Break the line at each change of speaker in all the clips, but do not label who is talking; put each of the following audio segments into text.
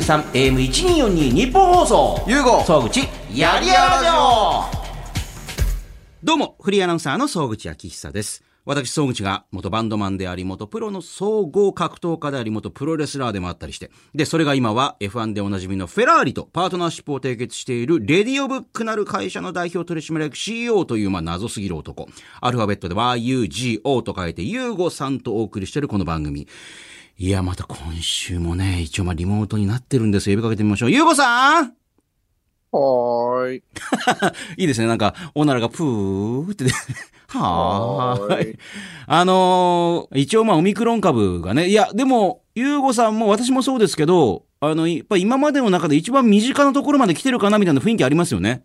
FM93AM1242 日本放送
ゆうご
総口やりやらじょどうもフリーアナウンサーの総口昭久です私総口が元バンドマンであり元プロの総合格闘家であり元プロレスラーでもあったりしてでそれが今は F1 でおなじみのフェラーリとパートナーシップを締結しているレディオブックなる会社の代表取締役 CEO というまあ謎すぎる男アルファベットで YUGO と書いてユーゴさんとお送りしているこの番組いや、また今週もね、一応まあリモートになってるんですよ。呼びかけてみましょう。ゆうごさん
はーい。
いいですね。なんか、おならがプーってね。 はーい。
ーい。
あのー一応まあオミクロン株がね、いや、でも、ゆうごさんも私もそうですけど、あの、やっぱ今までの中で一番身近なところまで来てるかなみたいな雰囲気ありますよね。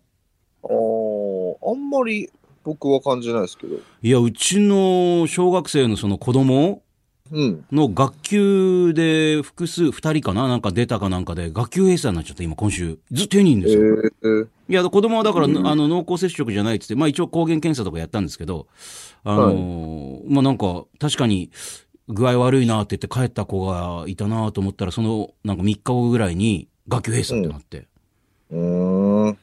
おーあんまり僕は感じないですけど。
いや、うちの小学生のその子供
うん。
の学級で複数二人かななんか出たかなんかで学級閉鎖になっちゃって今今週。ずっと4人
え
ですよ。
ー、
いや、子供はだから、
うん
あの、濃厚接触じゃないっつって、まあ一応抗原検査とかやったんですけど、あのーまあなんか、確かに、具合悪いなって言って帰った子がいたなと思ったら、その、なんか3日後ぐらいに、学級閉鎖ってなって。
うーん。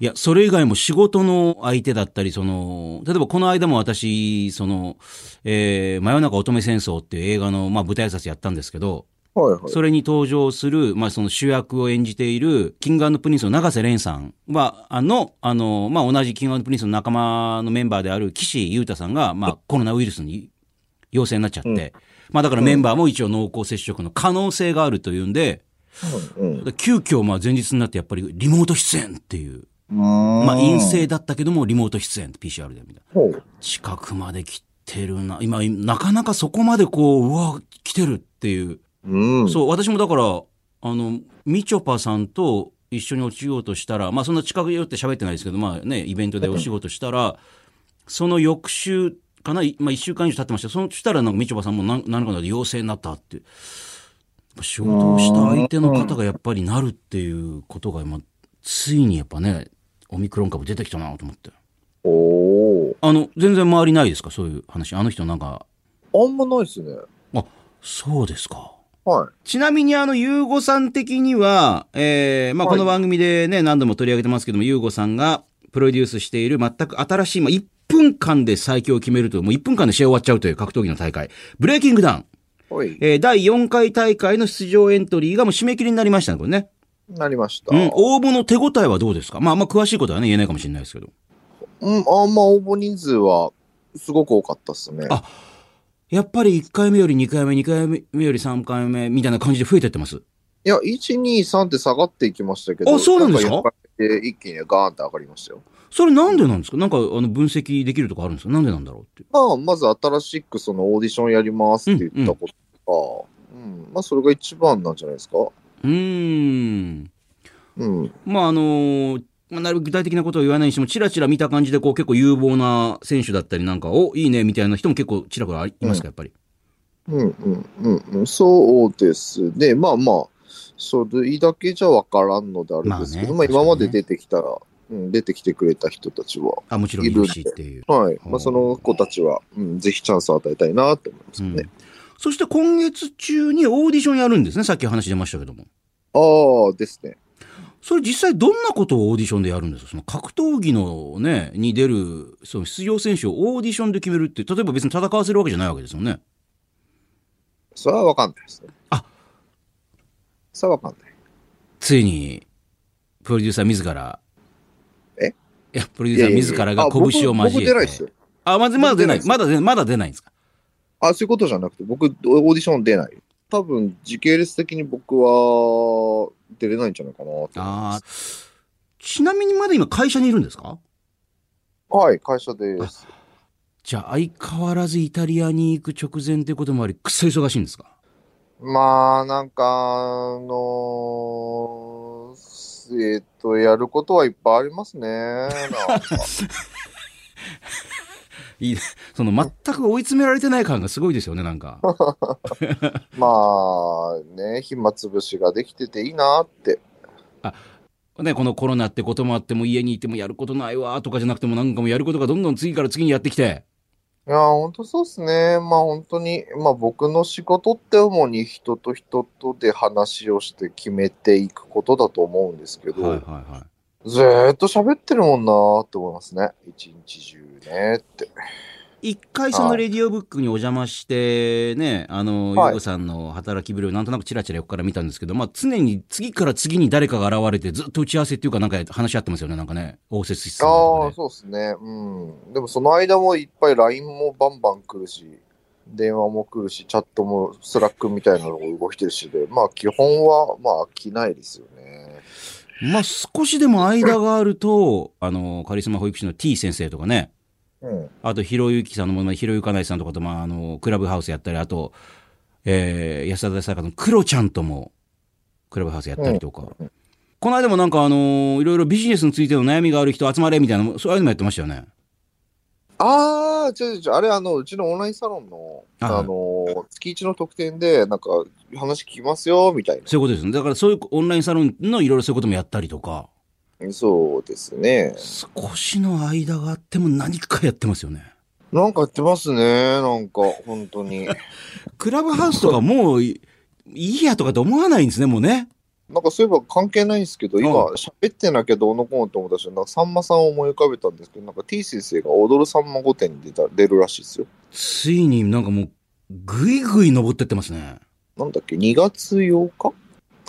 いや、それ以外も仕事の相手だったり、その、例えばこの間も私、その、えー、真夜中乙女戦争っていう映画の、まあ舞台挨拶やったんですけど、
はいはい。
それに登場する、まあ、その主役を演じている、キングプリンスの永瀬廉さんは、あの、あの、まあ、同じキングプリンスの仲間のメンバーである岸優太さんが、まあ、コロナウイルスに陽性になっちゃって、
うん
まあ、だからメンバーも一応濃厚接触の可能性があるというんで、
うん。
急遽、まあ、前日になってやっぱりリモート出演っていう、ま
ま
あ、陰性。だったけども、リモート出演、PCR でみたいな。
ほう。
近くまで来てるな。今、なかなかそこまでこう、うわ、来てるっていう。
うん。
そう、私もだから、あの、みちょぱさんと一緒に落ちようとしたら、まあそんな近く寄って喋ってないですけど、まあね、イベントでお仕事したら、その翌週かな、いまあ一週間以上経ってました。そのそしたらなんかみちょぱさんも何何らかの陽性になったって。やっぱ仕事をした相手の方がやっぱりなるっていうことが、まあ、ついにやっぱね、オミクロン株出てきたなと思って。
お
あの、全然周りないですかそういう話。あの人なんか、
ーあんまないですね。
そうですか。
は
ちなみにあの、ゆうごさん的には、えーまあ、
は
こ
い
の番組でね、何度も取り上げてますけども、ゆうごさんがプロデュースしている全く新しい、まあ、1分間で最強を決めるという、もう1分間で試合終わっちゃうという格闘技の大会、ブレイキングダウン、
い。はい。
えー第4回大会の出場エントリーがもう締め切りになりましたね、これね。
なりました。
う
うんん、、
応募の手応えはどうですかまあ、あんま詳しいことはね、言えないかもしれないですけど。
あんま応募人数はすごく多かったっすね。
あやっぱり1回目より2回目、2回目より3回目、みたいな感じで増えてってます。
いや、1、2、3って下がっていきましたけど。
あそうなんですか
やっぱりで一気にガーンって上がりましたよ。
それなんでなんですかなんか、あの、分析できるとかあるんですかなんでなんだろうっていう。
まあ、まず新しくそのオーディションやりますって言ったこととか、うんまあ、それが一番なんじゃないですか。
うーん。
うん。
まああのまあ、なるべく具体的なことは言わないにしても、ちらちら見た感じで、こう結構有望な選手だったりなんか、おいいねみたいな人も結構ちらほらいますか、やっぱり。
うんうんうんうん。そうですね。まあまあ、それだけじゃわからんのであれですけど、
ま
ま
あ
あ、
ね
今まで出てきたら、うん、出てきてくれた人たちは、
あ、もちろんいるしっていう。
はい。
ほう
まあ、その子たちは、うん、ぜひチャンスを与えたいなと思います
うん
ね。
そして今月中にオーディションやるんですね。さっき話出ましたけども。
ああ、ですね。
それ実際どんなことをオーディションでやるんですかその格闘技のね、に出る、その出場選手をオーディションで決めるって、例えば別に戦わせるわけじゃないわけですよね。
それはわかんないですね。
あ
それはわかんない。
ついに、プロデューサー自ら。
え
いや、プロデューサー自らが拳を交えて。
あ僕僕出ないですよ。
あ、まず、まだ出ない。
僕出
まだ出、まだ出ないんですか。
あ、そういうことじゃなくて、僕、オーディション出ない。多分、時系列的に僕は出れないんじゃないかなと思いま
あ
す。
あ。ちなみにまだ今会社にいるんですか
はい、会社です。
じゃあ相変わらずイタリアに行く直前ということもあり、くっそ忙しいんですか
まあ、なんか、あのえっ、と、やることはいっぱいありますね。 なんか
いい、その全く追い詰められてない感がすごいですよね、なんか。
まあ、ね、暇つぶしができてていいなって。
ね、このコロナってこともあっても家にいてもやることないわとかじゃなくてもなんかもうやることがどんどん次から次にやってきて。
いやー、本当そうですね。まあ本当に、まあ僕の仕事って主に人と人とで話をして決めていくことだと思うんですけど、
はいはいはい。
ずーっと喋ってるもんなーって思いますね。一日中ねって。
一回そのレディオブックにお邪魔してね、あの、
はい
ゆうこさんの働きぶりをなんとなくチラチラ横から見たんですけど、まあ常に次から次に誰かが現れてずっと打ち合わせっていうかなんか話し合ってますよね、なんかね。応接室
あ
の中
あ、
で
そうですね。うん。でもその間もいっぱい LINE もバンバン来るし、電話も来るし、チャットもスラックみたいなのが動いてるしで、まあ基本はまあ飽きないですよね。
まあ少しでも間があると、あの、カリスマ保育士の T 先生とかね、
うん。
あと、ひろゆきさんのものまね、ひろゆかないさんとかと、まあ、あの、クラブハウスやったり、あと、えー、安田大作家のクロちゃんとも、クラブハウスやったりとか。この間もなんか、あのーいろいろビジネスについての悩みがある人集まれ、みたいな、そういうのもやってましたよね。
ああ、ちょちょ、あれ、あの、うちのオンラインサロンの、
あ
あの、月一の特典で、なんか、話聞きますよ、みたい
そういうことですね。だから、そういうオンラインサロンのいろいろそういうこともやったりとか、
な。そうですね。
少しの間があっても何かやってますよね。
なんかやってますね、なんか、本当に。
クラブハウスとかもう、いいいやとかって思わないんですね、もうね。
なんかそういえば関係ないんですけど、今、
う
喋ってなきゃどうのこうのと思ったし、なんかさんまさんを思い浮かべたんですけど、なんか T 先生が踊るさんま御殿に出た出るらしいですよ。
ついになんかもう、ぐいぐい登ってってますね。
なんだっけ、2月8日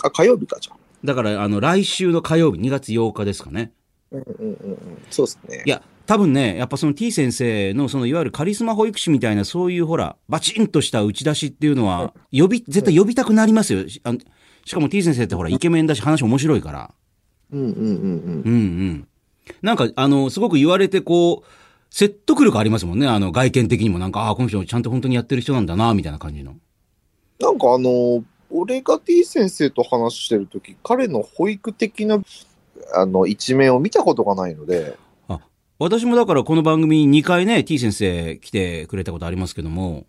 あ、火曜日か、じゃあ。
だから、あの、来週の火曜日、2月8日ですかね。
うんうんうんうん。そうですね
い。や、多分ね、やっぱその T 先生の、その、いわゆるカリスマ保育士みたいな、そういうほら、バチンとした打ち出しっていうのは、呼び、絶対呼びたくなりますよ。しあのしかも T 先生ってほら、イケメンだし、話面白いから。
うんうんうん
うんうん。なんか、あの、すごく言われて、こう、説得力ありますもんね。あの、外見的にもなんか、ああ、この人ちゃんと本当にやってる人なんだな、みたいな感じの。
うん。なんかあのー俺が T 先生と話してるとき、彼の保育的な、あの、一面を見たことがないので、
私もだから、この番組に2回ね、T 先生来てくれたことありますけども、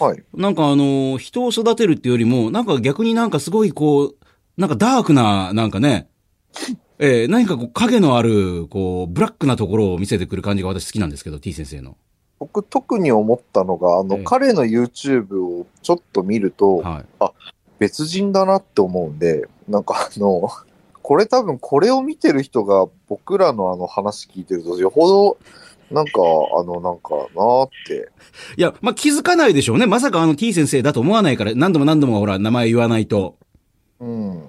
はい。
なんかあの、人を育てるっていうよりも、なんか逆になんかすごいこう、なんかダークな、なんかね、えー、何かこう影のある、こう、ブラックなところを見せてくる感じが私好きなんですけど、T 先生の。
僕特に思ったのが、あの、
ええ
彼の YouTube をちょっと見ると、
はい。
別人だなって思うんで、なんかあの、これ多分これを見てる人が僕らのあの話聞いてると、よほど、なんか、あの、なんかなーって。
いや、まあ、気づかないでしょうね。まさかあの T 先生だと思わないから、何度も何度もほら、名前言わないと。
うん。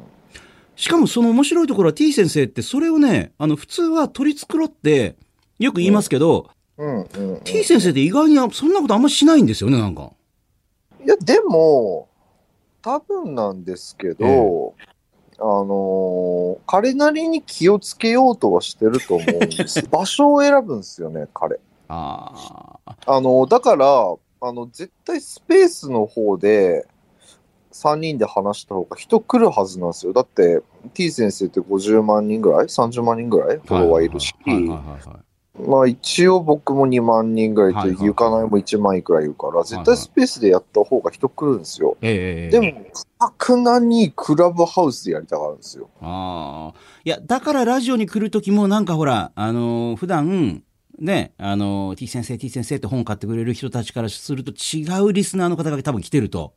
しかもその面白いところは T 先生ってそれをね、あの、普通は取り繕って、よく言いますけど、
うん、うん、うん。
T 先生って意外にあそんなことあんましないんですよね、なんか。
いや、でも、多分なんですけど、
え
あのー彼なりに気をつけようとはしてると思うんです。 場所を選ぶんですよね、彼。
ああ。
あの、だから、あの、絶対スペースの方で、3人で話した方が人来るはずなんですよ。だって、t 先生って50万人ぐらい ?30 万人ぐらいフォロワーいるし。
はいはいはいはい。
まあ一応僕も2万人ぐらいと、
はいはいはい
ゆかないも1万いくらいいるから、絶対スペースでやった方が人来るんですよ。
ええええ
でも、かくなにクラブハウスでやりたがるんですよ。
ああ。いや、だからラジオに来るときもなんかほら、あのー普段、ね、あのー T 先生、T 先生って本買ってくれる人たちからすると違うリスナーの方が多分来てると。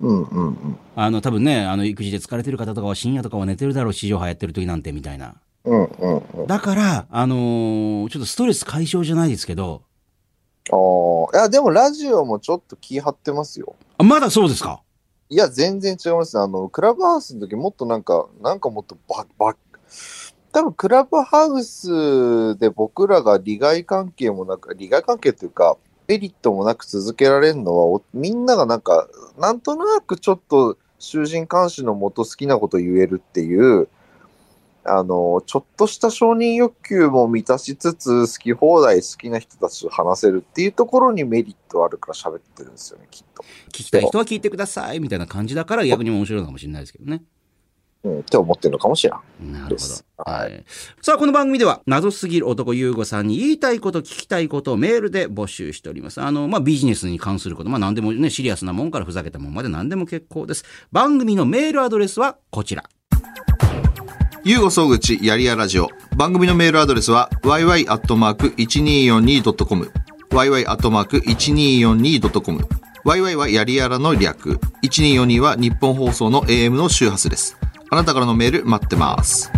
うんうんうん。
あの、多分ね、あの、育児で疲れてる方とかは深夜とかは寝てるだろうし、地上波やってる時なんてみたいな。
うんうんうん。
だから、あのーちょっとストレス解消じゃないですけど、
ああ。いや、でもラジオもちょっと気張ってますよ。
あまだそうですか
いや、全然違います。あの、クラブハウスの時もっとなんか、なんかもっとば、ば、多分クラブハウスで僕らが利害関係もなく、利害関係というか、メリットもなく続けられるのは、おみんながなんか、なんとなくちょっと囚人監視のもと好きなこと言えるっていう、あの、ちょっとした承認欲求も満たしつつ、好き放題好きな人たちと話せるっていうところにメリットあるから喋ってるんですよね、きっと。
聞きたい人は聞いてください、みたいな感じだから逆に面白いのかもしれないですけどね。
うん、って思ってるのかもしれん。
なるほ
で
ど
す。はい
い。さあ、この番組では、謎すぎる男優吾さんに言いたいこと、聞きたいことをメールで募集しております。あの、まあ、ビジネスに関すること、まあ、何でもね、シリアスなもんからふざけたもんまで何でも結構です。番組のメールアドレスはこちら。
ゆうご総口やりやラジオ。番組のメールアドレスは yy.1242.com。 yy.1242.com。yy はやりやらの略。1242は日本放送の AM の周波数です。あなたからのメール待ってます。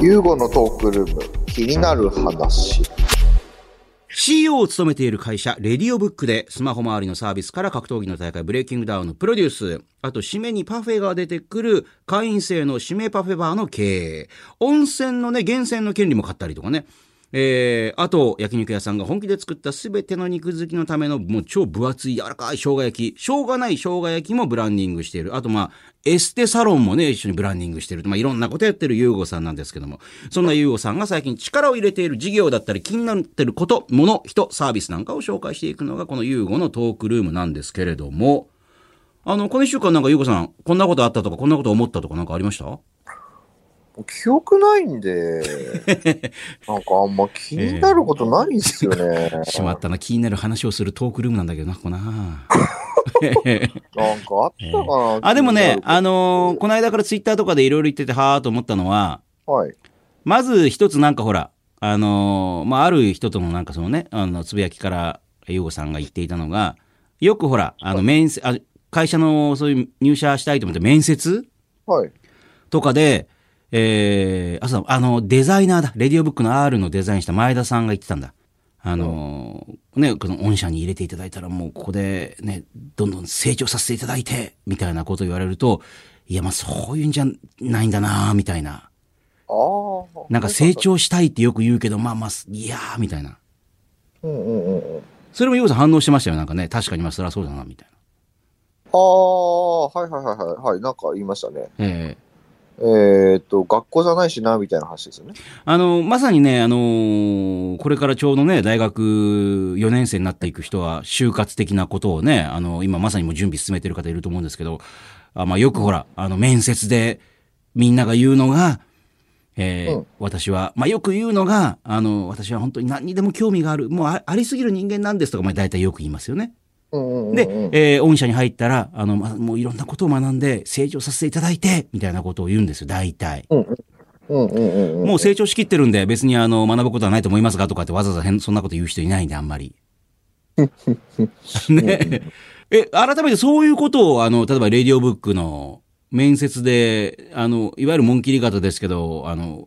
ユーゴのトークルーム、気になる話。
CEO を務めている会社、レディオブックで、スマホ周りのサービスから格闘技の大会、ブレイキングダウンのプロデュース、あと、締めにパフェが出てくる、会員制の締めパフェバーの経営、温泉のね、源泉の権利も買ったりとかね、えー、あと、焼肉屋さんが本気で作ったすべての肉好きのための、もう超分厚い柔らかい生姜焼き、しょうがない生姜焼きもブランディングしている。あと、まあ、エステサロンもね、一緒にブランディングしている。まあ、いろんなことやってるユーゴさんなんですけども、そんなユーゴさんが最近力を入れている事業だったり、気になってること、もの、人、サービスなんかを紹介していくのが、このユーゴのトークルームなんですけれども、あの、この一週間なんかユーゴさん、こんなことあったとか、こんなこと思ったとかなんかありました
記憶ないんで、 なんかあんま気になることないんですよね。
しまったな、気になる話をするトークルームなんだけどな、ここ な。
なんかあったかな、
あ、でもね、
気にな
あ
る
のーこの間からツイッターとかでいろいろ言ってて、はーと思ったのは、
ことはい。
まず一つなんかほら、あのーまあ、ある人とのなんかそのね、あの、つぶやきから、ゆうごさんが言っていたのが、よくほら、あの、面接、あ会社のそういう入社したいと思って面接
はい。
とかで、えー、あ、そう、あの、デザイナーだ。レディオブックの R のデザインした前田さんが言ってたんだ。あのーね、この御社に入れていただいたらもうここでね、どんどん成長させていただいて、みたいなこと言われると、いや、まあ、そういうんじゃないんだなみたいな。
ああ。
なんか成。長したいってよく言うけど、まあまあ、いやー、みたいな。
うんうんうんうん。
それもようさん反応してましたよ。なんかね、確かにまあ、そりゃそうだな、みたいな。
ああ、はいはいはいはい。はい、なんか言いましたね。
え
えーっと、学校じゃないしな、みたいな話ですよね。
えあの、まさにね、あのーこれからちょうどね、大学4年生になっていく人は、就活的なことをね、あの、今まさにもう準備進めてる方いると思うんですけど、あまあ、よくほら、あの、面接でみんなが言うのが、えー
うん
私は、まあ、よく言うのが、あの、私は本当に何にでも興味がある、もうあありすぎる人間なんですとか、まあ、大体よく言いますよね。
うんうんうん、うん。
で、えー御社に入ったら、あの、ま、もういろんなことを学んで、成長させていただいて、みたいなことを言うんですよ、大体。
うんうんうんうん。
もう成長しきってるんで、別にあの、学ぶことはないと思いますが、とかってわざわざ変そんなこと言う人いないんで、あんま り。ね。え、改めてそういうことを、あの、例えば、レディオブックの面接で、あの、いわゆる紋切り方ですけど、あの、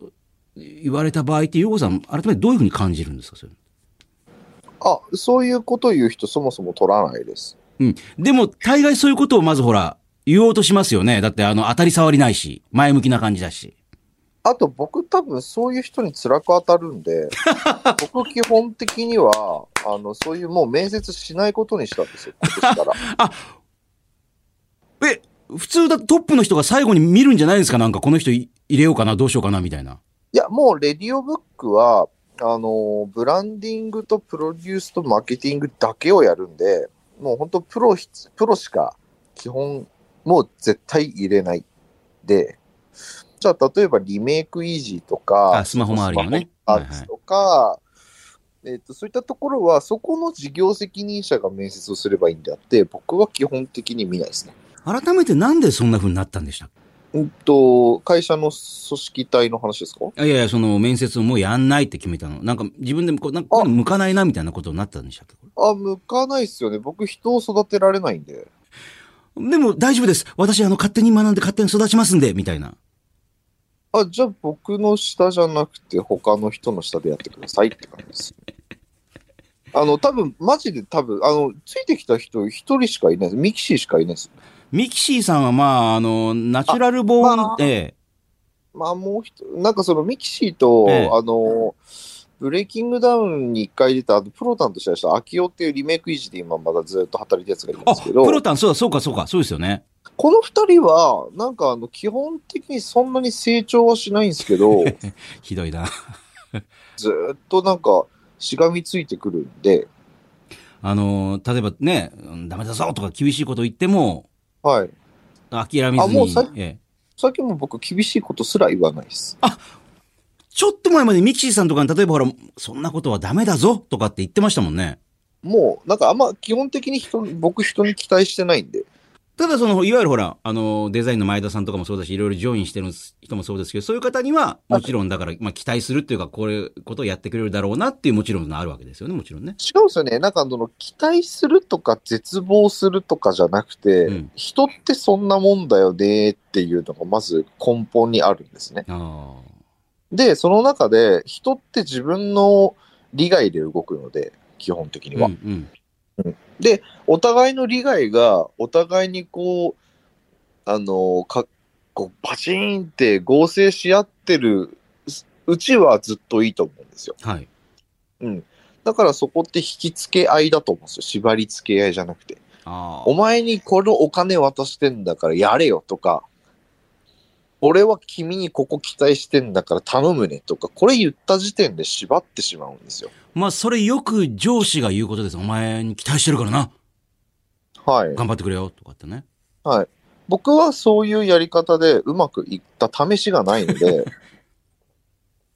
言われた場合って、ヨうさん、改めてどういうふうに感じるんですか、それ。
あ、そういうこと言う人そもそも取らないです。
うん。でも、大概そういうことをまずほら、言おうとしますよね。だって、あの、当たり障りないし、前向きな感じだし。
あと僕多分そういう人に辛く当たるん で、僕基本的には、あの、そういうもう面接しないことにしたんですよ、今年から。
え、普通だとトップの人が最後に見るんじゃないんですかなんか、この人い入れようかな、どうしようかな、みたいな。
いや、もうレディオブックは、あの、ブランディングとプロデュースとマーケティングだけをやるんで、もう本当プロひ、プロしか基本、もう絶対入れない。で、じゃあ例えばリメイクイージーとか、
あスマホ周りのね
スマホアーツとか、えっ、と、そういったところは、そこの事業責任者が面接をすればいいんであって、僕は基本的に見ないですね。
改めてなんでそんな風になったんでしたっ
うんと、会社の組織体の話ですか
けあいやいや、その面接をもうやんないって決めたの。なんか自分でもこう、なんかこういうの向かないなみたいなことになったんでしたっけこ
あ、向かないっすよね。僕、人を育てられないんで。
れでも大丈夫です。私あの勝手に学んで勝手に育ちますんで、みたいな。
あ、じゃあ僕の下じゃなくて、他の人の下でやってくださいって感じです。あの、多分マジで多分あの、ついてきた人、一人しかいないです。ミキシーしかいないです。
ミキシーさんはまあ、あの、ナチュラルボーンって、
まあ、もう一人、なんかそのミキシーと、
ええ
あの、ブレイキングダウンに一回出た、あとプロタンとしてした、アキオっていうリメイク維持で今まだずっと働いてるやつがいるんで
あ、
す
プ
けど、
ロタン、そうだ、そうか、そうか、そうですよね。
この二人は、なんかあの、基本的にそんなに成長はしないんです けど、
ひどいな。
ずーっとなんか、しがみついてくるんで、
あの、例えばね、うんダメだぞとか厳しいこと言っても、
はい。
諦めず
あ
に
もうさ、
ええ
最近も僕、厳しいことすら言わないです。
ちょっと前までミキシーさんとかに、例えばほら、そんなことはダメだぞとかって言ってましたもんね。
もう、なんかあんま、基本的に人に、僕、人に期待してないんで。
ただその、いわゆるほら、あの、デザインの前田さんとかもそうだし、いろいろジョインしてる人もそうですけど、そういう方には、もちろんだから、まあ期待するっていうか、こういうことをやってくれるだろうなっていう、もちろんあるわけですよね、もちろんね。
違うんですよね。なんか、その、期待するとか、絶望するとかじゃなくて、
うん
人ってそんなもんだよねっていうのが、まず根本にあるんですね。
あ
で、その中で、人って自分の利害で動くので、基本的
あ。
に
うんう
は。
ん。
お互いの利害が、お互いにこう、あの、かこうバチーンって合成し合ってるうちはずっといいと思うんですよ。
はい。
うん。だからそこって引き付け合いだと思うんですよ。縛り付け合いじゃなくて。
あ
お前にこのお金渡してんだからやれよとか、俺は君にここ期待してんだから頼むねとか、これ言った時点で縛ってしまうんですよ。
あ。まあ、それよく上司が言うことです。お前に期待してるからな。
はい。
頑張ってくれよ。とかってね。
僕はそういうやり方でうまくいった試しがないので、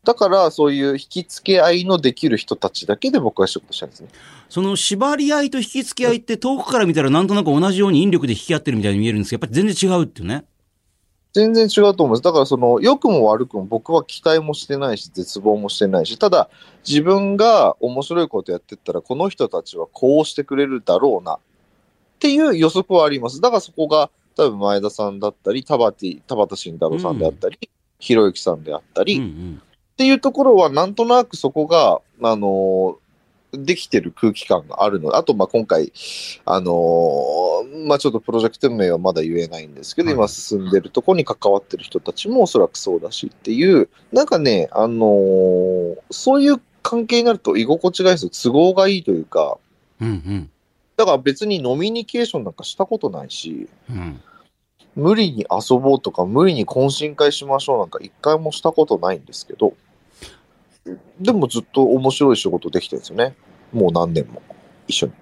だからそういう引き付け合いのできる人たちだけで僕は仕事したんですね。
その縛り合いと引き付き合いって遠くから見たらなんとなく同じように引力で引き合ってるみたいに見えるんですけど、やっぱり全然違うっていうね。
全然違うと思うんです。だからその、良くも悪くも僕は期待もしてないし、絶望もしてないし、ただ自分が面白いことやってったら、この人たちはこうしてくれるだろうな、っていう予測はあります。だからそこが、多分前田さんだったり、田畑、田畑慎太郎さんであったり、ひろゆきさんであった
う
り、
んう
っ
ん。
ていうところは、なんとなくそこが、あのーできてる空気感があるので、あと、まあ、今回、あのーまあ、ちょっとプロジェクト名はまだ言えないんですけど、
はい
今進んでるところに関わってる人たちもおそらくそうだしっていう、なんかね、あのーそういう関係になると居心地がいいんですよ。都合がいいというか、
うんうん。
だから別にノミニケーションなんかしたことないし、
うん。
無理に遊ぼうとか、無理に懇親会しましょうなんか一回もしたことないんですけど、でもずっと面白い仕事できてるんですよね。もう何年も一緒に。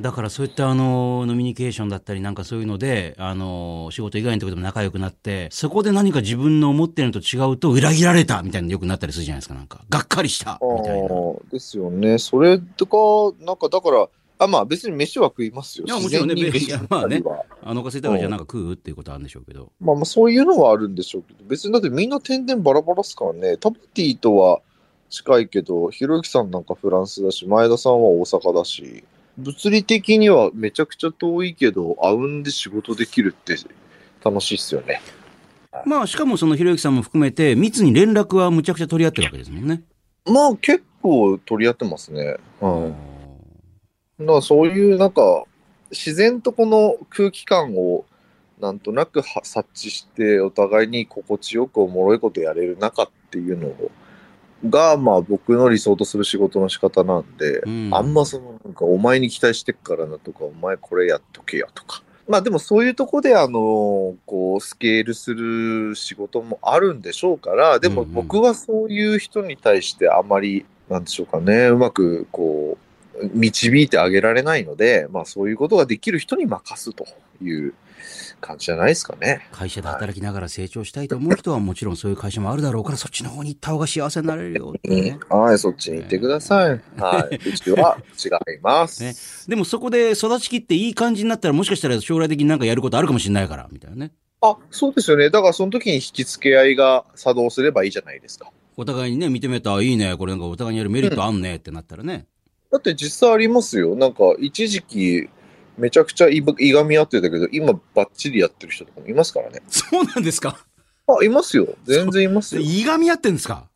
だからそういったあの、ノミニケーションだったりなんかそういうので、あの、仕事以外のところでも仲良くなって、そこで何か自分の思ってるのと違うと裏切られたみたいなのよくなったりするじゃないですか、なんか。がっかりしたみたいな。い
ああ、ですよね。それとか、なんかだから、あまあ別に飯は食いますよ。
いやもちろんね
自然に
いやまあね
飯は
あの、おかせたからじゃあなんか食うっていうことあるんでしょうけど。
まあまあそういうのはあるんでしょうけど、別にだってみんな天然バラバラっすからね、タパティとは近いけど、ひろゆきさんなんかフランスだし、前田さんは大阪だし、物理的にはめちゃくちゃ遠いけど、あうんで仕事できるって楽しいっすよね。
まあ、しかもそのひろゆきさんも含めて、密に連絡はむちゃくちゃ取り合ってるわけですもんね。
まあ結構取り合ってますね。うん。だからそういうなんか、自然とこの空気感をなんとなくは察知して、お互いに心地よくおもろいことやれる中っていうのが、まあ僕の理想とする仕事の仕方なんで、
うん
あんまそのなんかお前に期待してっからなとか、お前これやっとけやとか。まあでもそういうとこであの、こうスケールする仕事もあるんでしょうから、でも
うんうん
僕はそういう人に対してあまり、なんでしょうかね、うまくこう、導いてあげられないので、まあそういうことができる人に任すという感じじゃないですかね。
会社で働きながら成長したいと思う人はもちろんそういう会社もあるだろうから、そっちの方に行った方が幸せになれるよってね。
はい、そっちに行ってください。はい。うちは違います。
ねでもそこで育ちきっていい感じになったらもしかしたら将来的になんかやることあるかもしれないから、みたいなね。
あ、そうですよね。だからその時に引き付け合いが作動すればいいじゃないですか。
お互いにね、認めた、あいいね、これなんかお互いにやるメリットあんね、ってなったらね。
だって実際ありますよ。なんか一時期めちゃくちゃいばいがみ合ってたけど、今バッチリやってる人とかもいますからね。
そうなんですか
あ、いますよ。全然いますよ。
いがみ合ってんですか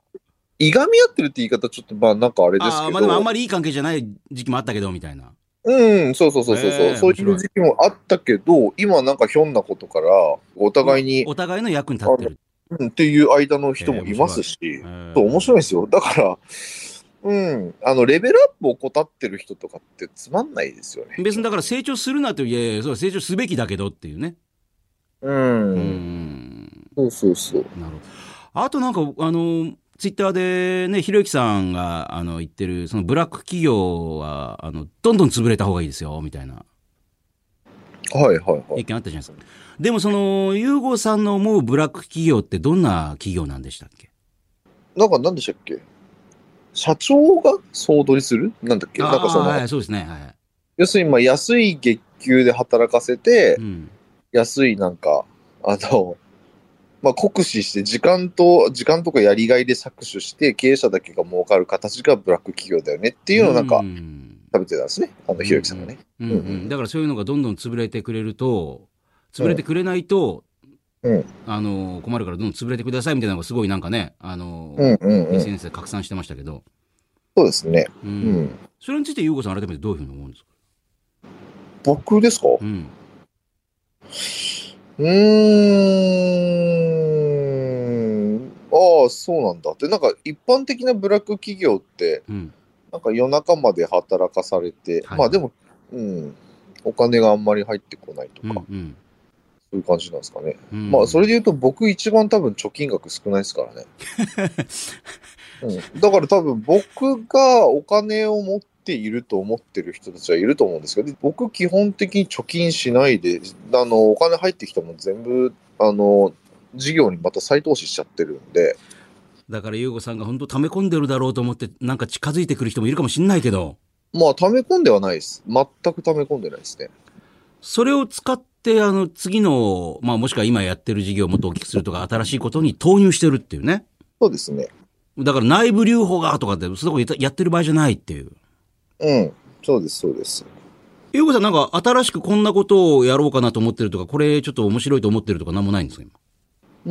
いがみ合ってるって言い方ちょっとまあなんかあれですけど。
ああ、まあでもあんまりいい関係じゃない時期もあったけど、みたいな。
うん、そうそうそうそうそう、
ねえ
そういう時期もあったけど、今なんかひょんなことから、お互いに、
お互いの役に立ってる。
うん、っていう間の人もいますし、
えー
そう面白いですよ。だから、うん、あの、レベルアップを怠ってる人とかってつまんないですよね。
別にだから成長するなといえ、そう成長すべきだけどっていうね。
うん、
うん。
そうそうそう。
なるほど。あとなんか、あの、ツイッターでね、ひろゆきさんが、あの、言ってる、そのブラック企業は、あの、どんどん潰れた方がいいですよ、みたいな
はいはいはい
意。見あったじゃないですか。でもその、ユーゴさんの思うブラック企業ってどんな企業なんでしたっけ
なんか何でしたっけ社長が総取りするなんだっけなんかその、
あーはい、そうですね。はい。
要するにまあ安い月給で働かせて
う、ん。
安いなんか、あの、まあ、酷使して、時間と、時間とかやりがいで搾取して、経営者だけが儲かる形がブラック企業だよねっていうのをなんか、
ん
食べてたんですね。あの、ひろゆきさんがね。
うん
う
うん
うん
ん、だからそういうのがどんどん潰れてくれると、潰れてくれないと、
うん
あの困るからどんどん潰れてくださいみたいなのがすごいなんかね、あの、
うんうんうん。
SNS で拡散してましたけど、
そうですね。
うん
うん。
それについて、ゆうこさん、改めてどういうふうに思うんですか、
僕ですか
うん
うーん。ああ、そうなんだって、なんか一般的なブラック企業って、
うん
なんか夜中まで働かされて、
はい
まあでも、うん、お金があんまり入ってこないと
う
か、
ん
そう
うん
いう感じなんですかね。
うん、
まあそれで言うと、僕一番多分貯金額少ないです からね。うん、だから多分僕がお金を持っていると思ってる人たちはいると思うんですけど、僕基本的に貯金しないで、あの、お金入ってきたもん全部、あの、事業にまた再投資しちゃってるんで、
だから、ゆうこさんが本当、溜め込んでるだろうと思って、なんか近づいてくる人もいるかもしれないけど、
まあ溜め込んではないです。全く溜め込んでないですね。
それを使って、あの次の、まあ、もしくは今やってる事業をもっと大きくするとか、新しいことに投入してるっていうね。
そうですね。
だから内部留保がとかって、そういうことやってる場合じゃないっていう。
うん。そうです、そうです。
ゆうこさんなんか新しくこんなことをやろうかなと思ってるとか、これちょっと面白いと思ってるとかなんもないんですか今。
う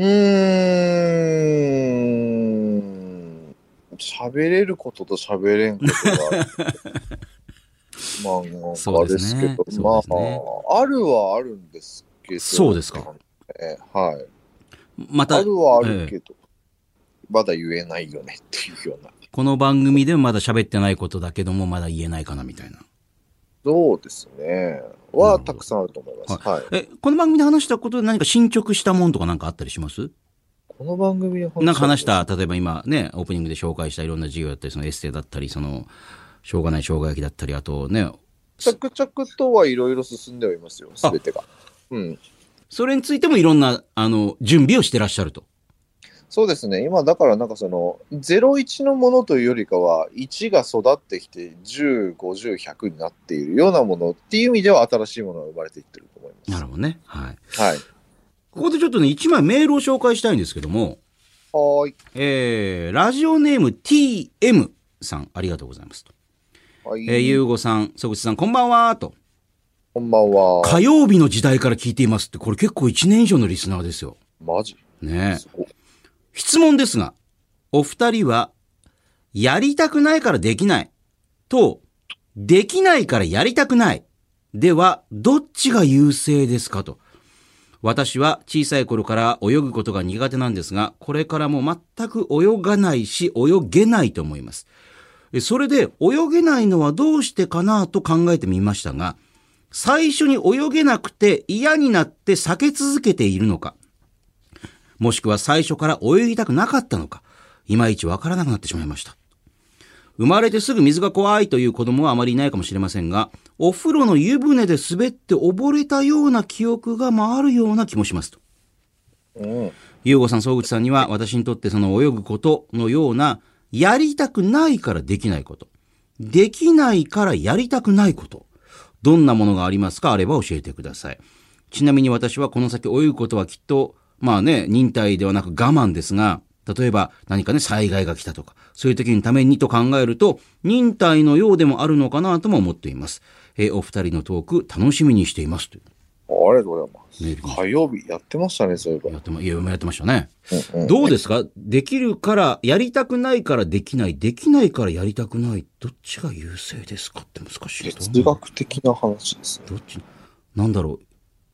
ーん。喋れることと喋れんことがある。まあ、なんかですけど
そうですね、そうで
ま
すね
あ、あるはあるんですけど。
そうですか。
えはい。
また
あ、るはあるけど、まだ言えないよねっていうような。
この番組でもまだ喋ってないことだけども、まだ言えないかなみたいな。
そうですね。
なるほ
は、
ど
たくさんあると思います。はい。
え、この番組で話したことで何か進捗したもんとかなんかあったりします
この番組で話
なんか話し。た、例えば今ね、オープニングで紹介したいろんな事業だったり、そのエステだったり、その、しょうがない生姜焼きだったり、あとね、
着々とはいろいろ進んではいますよ、すべてが。うん。
それについてもいろんな、あの、準備をしてらっしゃると。
そうですね、今だからなんかその、01のものというよりかは、1が育ってきて、10、50、100になっているようなものっていう意味では、新しいものが生まれていってると思いま
なるほどね。はい。
す。はい。
ここでちょっとね、一枚メールを紹介したいんですけども、
はーい。
えー、ラジオネーム TM さん、ありがとうございますと。
はい、
えー、ゆうごさん、そぐちさん、こんばんはと。
こんばんは。
火曜日の時代から聞いていますって、これ結構1年以上のリスナーですよ。
マジ
ねえ
すごい
質問ですが、お二人は、やりたくないからできないと、できないからやりたくないでは、どっちが優勢ですかと。私は小さい頃から泳ぐことが苦手なんですが、これからも全く泳がないし、泳げないと思います。えそれで、泳げないのはどうしてかなと考えてみましたが、最初に泳げなくて嫌になって避け続けているのか、もしくは最初から泳ぎたくなかったのか、いまいちわからなくなってしまいました。生まれてすぐ水が怖いという子供はあまりいないかもしれませんが、お風呂の湯船で滑って溺れたような記憶が回るような気もしますと。
うん。
ゆうごさん、総口さんには、私にとってその泳ぐことのような、やりたくないからできないこと。できないからやりたくないこと。どんなものがありますかあれば教えてください。ちなみに私はこの先泳ぐことはきっと、まあね、忍耐ではなく我慢ですが、例えば何かね、災害が来たとか、そういう時のためにと考えると、忍耐のようでもあるのかなとも思っています。えーお二人のトーク楽しみにしています。という
ありがとうございま
メール
す。火曜日やってましたね、そういえば
や。ってま、いややってましたね。
うんうん
どうですかできるから、やりたくないからできない、できないからやりたくない、どっちが優勢ですかって難しいと
哲
思う。
学的な話ですね。
どっちなんだろう。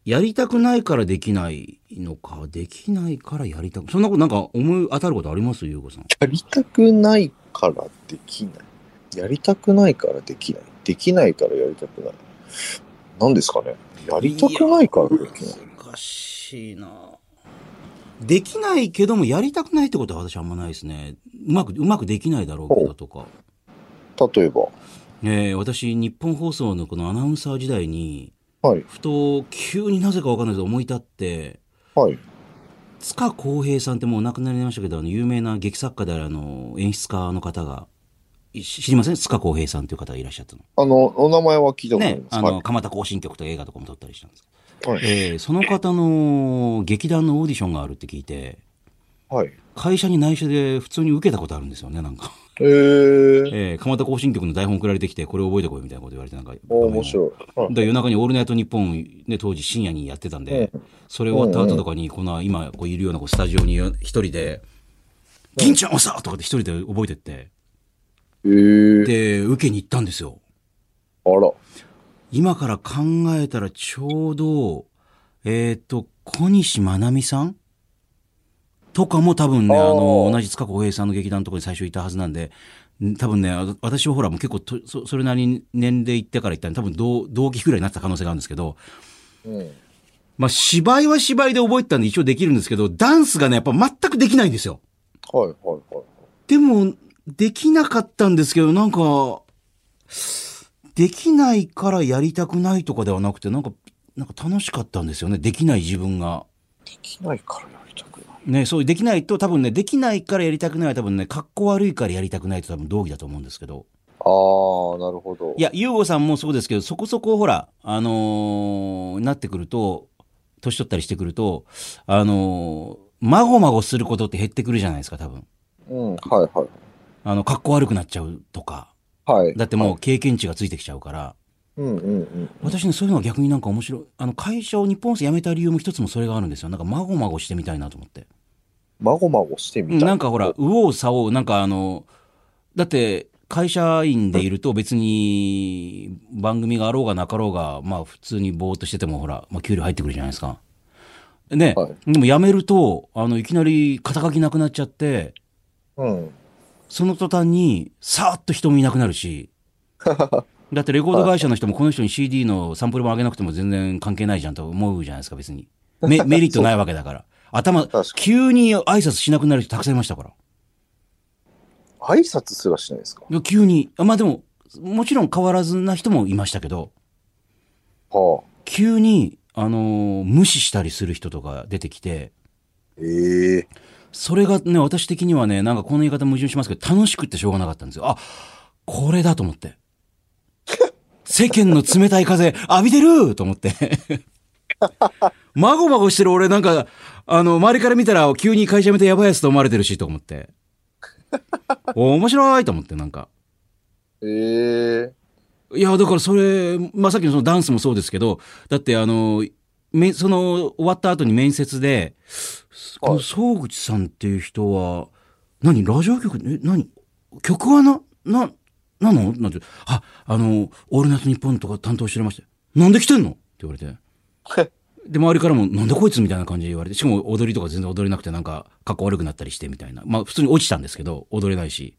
やりたくないからできないのか、できないからやりたく、そんなことなんか思い当たることありますゆうこさん。
やりたくないからできない。やりたくないからできない。できないからやりたくない。何ですかね。やりたくないからできない。
難しいなできないけども、やりたくないってことは私あんまないですね。うまく、うまくできないだろうけどとか。
例えば。
えー私、日本放送のこのアナウンサー時代に、
はい。
ふと急になぜかわかんないけど思い立って
はい。
塚浩平さんってもうお亡くなりになりましたけどあの有名な劇作家であるあの演出家の方がいし知りません塚公平さんという方がいらっしゃったの。
あの、お名前は聞いたことあり
ね
ま、す。
あ
はい
の、蒲田行進曲とか映画とかも撮ったりしたんです
はい
えーその方の劇団のオーディションがあるって聞いて、
はい。
会社に内緒で普通に受けたことあるんですよね、なんか。
えー。
えー、蒲田行進曲の台本送られてきて、これ覚えてこいみたいなこと言われて、なんか。
お面白い。はい
だから夜中に「オールナイトニッポン」ね当時深夜にやってたんで、それ終わった後とかにこの今こういるようなこうスタジオに一人で「銀ちゃんをさ!」とかって一人で覚えてって
えー。
で受けに行ったんですよ
あら。
今から考えたらちょうどえっ、と小西真奈美さんとかも多分ねあ
あー
の同じ塚浩平さんの劇団のところに最初いたはずなんでん多分ねあの私はほらもう結構とそそれなりに年齢いってから行ったんで多分同同期ぐらいになってた可能性があるんですけど
うん。
まあ、芝居は芝居で覚えてたんで一応できるんですけど、ダンスがね、やっぱ全くできないんですよ。
はいはいはい。
でも、できなかったんですけど、なんか、できないからやりたくないとかではなくて、なんか、なんか楽しかったんですよね。できない自分が。
できないからやりたくない。
ね、そう、できないと多分ね、できないからやりたくないは多分ね、格好悪いからやりたくないと多分同義だと思うんですけど。
あー、なるほど。
いや、ゆうごさんもそうですけど、そこそこほら、あのーなってくると、年取ったりしてくると、あのーまごまごすることって減ってくるじゃないですか、多分。
うん、はいはい。
あの、格好悪くなっちゃうとか。
はい。
だってもう経験値がついてきちゃうから。
うんうんうん。
私ね、そういうのが逆になんか面白い。あの、会社を日本製辞めた理由も一つもそれがあるんですよ。なんか、まごまごしてみたいなと思って。
まごまごしてみ
う
た
ん
い。
なんかほら
は、
右往左往、なんかあの、だって、会社員でいると別に番組があろうがなかろうが、まあ普通にぼーっとしててもほら、まあ給料入ってくるじゃないですか。ね、
は
でも辞めると、あの、いきなり肩書きなくなっちゃって、
うん。
その途端に、さーっと人もいなくなる し、だってレコード会社の人もこの人に CD のサンプルもあげなくても全然関係ないじゃんと思うじゃないですか、別に。 メメリットないわけだから。頭
かに、
急に挨拶しなくなる人たくさんいましたから。
挨拶すらしないですか。
で急に、あまあでも、もちろん変わらずな人もいましたけど、
はあ。
急に、あのー無視したりする人とか出てきて、
ええ
それがね、私的にはね、なんかこの言い方矛盾しますけど、楽しくってしょうがなかったんですよ。あ、これだと思って。 世間の冷たい風浴びてると思って。 まごまごしてる俺なんか、あの、周りから見たら急に会社辞めてやばいやつと思われてるし、と思って。お面白いと思って、なんか。
ええ
いや、だからそれ、まあ、さっきのそのダンスもそうですけど、だってあの、め、その、終わった後に面接で、この総口さんっていう人は、何ラジオ局、え、何曲はな、な、なのなんて、あ、あの、オールナイトニッポンとか担当してました。なんで来てんのって言われて。で、周りからも、なんでこいつみたいな感じで言われて、しかも踊りとか全然踊れなくて、なんか、格好悪くなったりしてみたいな。まあ、普通に落ちたんですけど、踊れないし。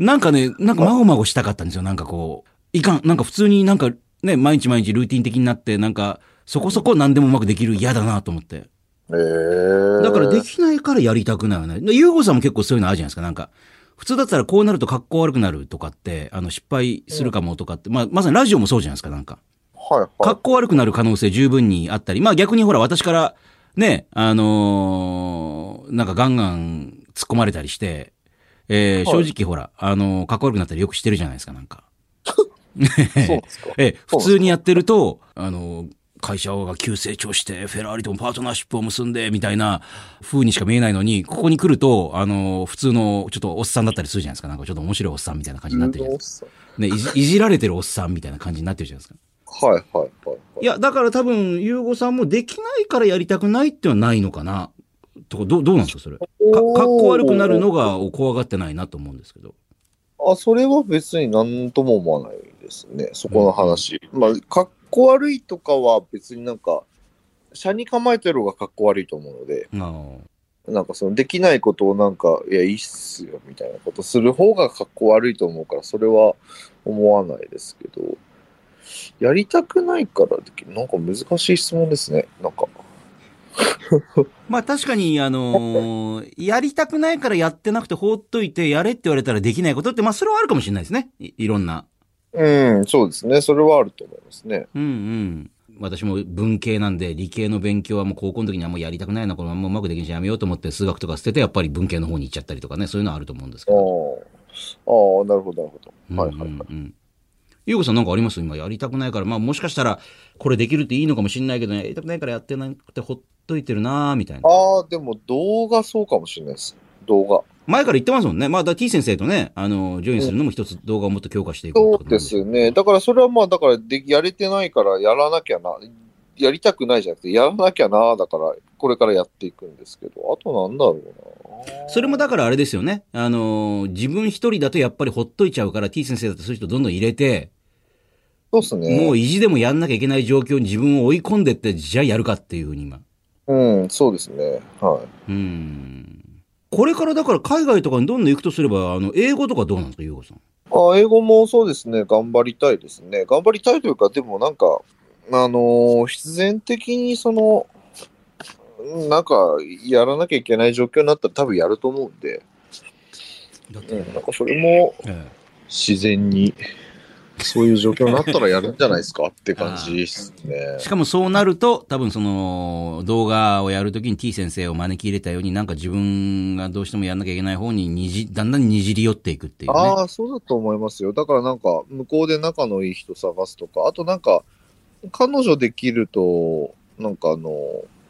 なんかね、なんかまごまごしたかったんですよ。なんかこう、いかん。なんか普通になんかね、毎日毎日ルーティン的になって、なんかそこそこ何でもうまくできる嫌だなと思って。
ええ
だからできないからやりたくないよね。でユーゴさんも結構そういうのあるじゃないですか。なんか、普通だったらこうなると格好悪くなるとかって、あの失敗するかもとかって、まあ、まさにラジオもそうじゃないですか、なんか。
はいはい。
格好悪くなる可能性十分にあったり、まあ逆にほら私からね、あのーなんかガンガン突っ込まれたりして、えー
は
正
い
直ほら、あのー格好悪くなったりよくしてるじゃないですか、なんか。
そうですか。
ええ、普通にやってると、あのー会社が急成長して、フェラーリともパートナーシップを結んで、みたいな風にしか見えないのに、ここに来ると、あのー普通のちょっとおっさんだったりするじゃないですか。なんかちょっと面白いおっさんみたいな感じになってるじゃないですか。ね、いじいじられてるおっさんみたいな感じになってるじゃないですか。
はいはいはいはい。
いや、だから多分、ゆうごさんもできないからやりたくないってのはないのかな。とか、どう、どうなんですか、それ。か、かっこ悪くなるのがお怖がってないなと思うんですけど。
あ、それは別に何とも思わないですね、そこの話。まあ、格好悪いとかは別になんか、車に構えてる方が格好悪いと思うので、
あの
なんかそのできないことをなんか、いや、いいっすよみたいなことする方が格好悪いと思うから、それは思わないですけど、やりたくないからできる、なんか難しい質問ですね、なんか。
まあ確かに、あのーやりたくないからやってなくて放っといて、やれって言われたらできないことって、まあそれはあるかもしれないですね。いいろんな。
うん、そうですね、それはあると思いますね。
うんうん。私も文系なんで、理系の勉強はもう高校の時にはもうやりたくないな、これはもううまくできんしやめようと思って、数学とか捨てて、やっぱり文系の方に行っちゃったりとかね、そういうのはあると思うんですけ
あ
ど。
あ、ああ、なるほど、なるほど。はいはいは
う
い。
んうんうんゆうこさんなんかあります今やりたくないから、まあもしかしたらこれできるっていいのかもしれないけど、ね、やりたくないからやってなくてほっといてるなーみたいな。
ああ、でも動画そうかもしれないです。動画。
前から言ってますもんね。まあ、だ T 先生とね、あの、ジョインするのも一つ動画をもっと強化していく
そうですね。だからそれはまあ、だからでやれてないからやらなきゃな。やりたくないじゃなくて、やらなきゃな、だから、これからやっていくんですけど、あとなんだろうな。
それもだからあれですよね。あのー、自分一人だとやっぱりほっといちゃうから、T 先生だとそういう人どんどん入れて、
そうですね。
もう意地でもやんなきゃいけない状況に自分を追い込んでって、じゃあやるかっていうふうに今。
うん、そうですね。は
うん。これからだから海外とかにどんどん行くとすれば、あの、英語とかどうなんですか、ゆうこさん。
い。あ英語もそうですね。頑張りたいですね。頑張りたいというか、でもなんか、あのー必然的にその、なんか、やらなきゃいけない状況になったら多分やると思うんで、
だっ
う
て、
ん、なんかそれも
え
自然に、そういう状況になったらやるんじゃないですかって感じですね
え。しかもそうなると、多分その、動画をやるときに T 先生を招き入れたように、なんか自分がどうしてもやんなきゃいけない方ににじ、だんだんにじり寄っていくっていうね。
ああ、そうだと思いますよ。だからなんか、向こうで仲のいい人探すとか、あとなんか、彼女できると、なんかあの、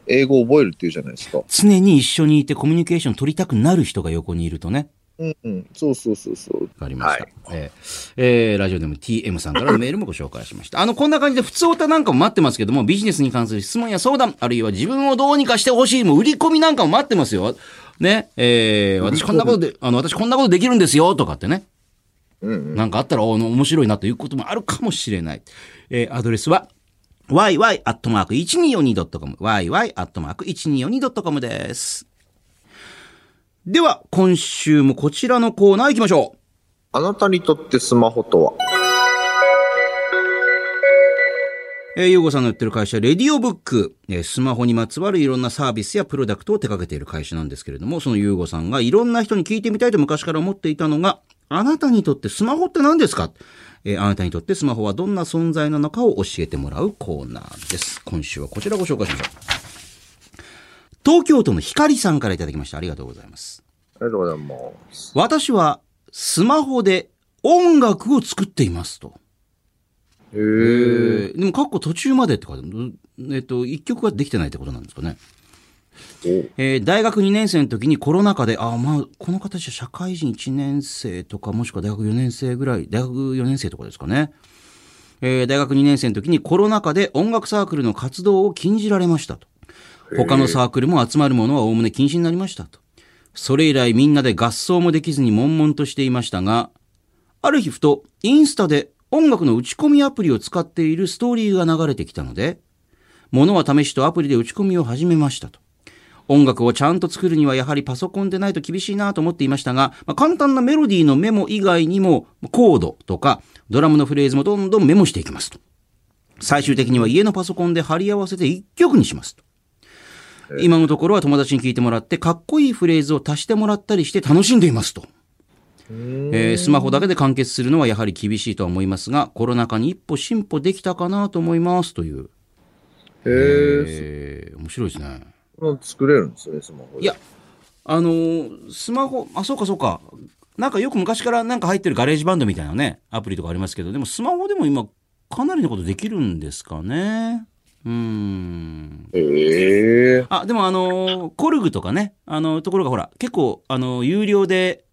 英語覚えるっていうじゃないですか。
常に一緒にいてコミュニケーション取りたくなる人が横にいるとね。
うんうん、そうそうそうそう。
わかりました。えーえーラジオでも TM さんからのメールもご紹介しました。あの、こんな感じで普通歌なんかも待ってますけども、ビジネスに関する質問や相談、あるいは自分をどうにかしてほしい、もう売り込みなんかも待ってますよ。ね、えー私こんなことで、あの、私こんなことできるんですよ、とかってね。
うんうん。
なんかあったら、お面白いなということもあるかもしれない。えーアドレスは、yy.1242.com、yy.1242.com です。では、今週もこちらのコーナー行きましょう。
あなたにとってスマホとは
えー、ゆうごさんの言ってる会社、レディオブック、えースマホにまつわるいろんなサービスやプロダクトを手掛けている会社なんですけれども、そのゆうごさんがいろんな人に聞いてみたいと昔から思っていたのが、あなたにとってスマホって何ですかえーあなたにとってスマホはどんな存在なのかを教えてもらうコーナーです。今週はこちらご紹介しましょう。東京都のひかりさんからいただきました。ありがとうございます。
ありがとうございます。
私はスマホで音楽を作っていますと。
へえ。
でも、かっこ途中までって書いてある。うえっと、一曲ができてないってことなんですかね。えー大学2年生の時にコロナ禍で、あーまあ、この形は社会人1年生とか、もしくは大学4年生ぐらい、大学4年生とかですかね。えー大学2年生の時にコロナ禍で音楽サークルの活動を禁じられましたと。他のサークルも集まるものはおおむね禁止になりましたと。それ以来みんなで合奏もできずに悶々としていましたが、ある日ふとインスタで音楽の打ち込みアプリを使っているストーリーが流れてきたので、物は試しとアプリで打ち込みを始めましたと。音楽をちゃんと作るにはやはりパソコンでないと厳しいなと思っていましたが、まあ、簡単なメロディーのメモ以外にもコードとかドラムのフレーズもどんどんメモしていきますと。最終的には家のパソコンで貼り合わせて一曲にしますと。今のところは友達に聞いてもらってかっこいいフレーズを足してもらったりして楽しんでいますと。えースマホだけで完結するのはやはり厳しいとは思いますが、コロナ禍に一歩進歩できたかなと思いますという。
へえ。
えー面白いですね。
そんなの作れるんですね、スマホで。
いや、あのースマホ、あ、そうかそうか。なんかよく昔からなんか入ってるガレージバンドみたいなね、アプリとかありますけど、でもスマホでも今、かなりのことできるんですかね。うーん。
へえ。
あ、でもあのーコルグとかね、あのところがほら、結構、あのー有料で、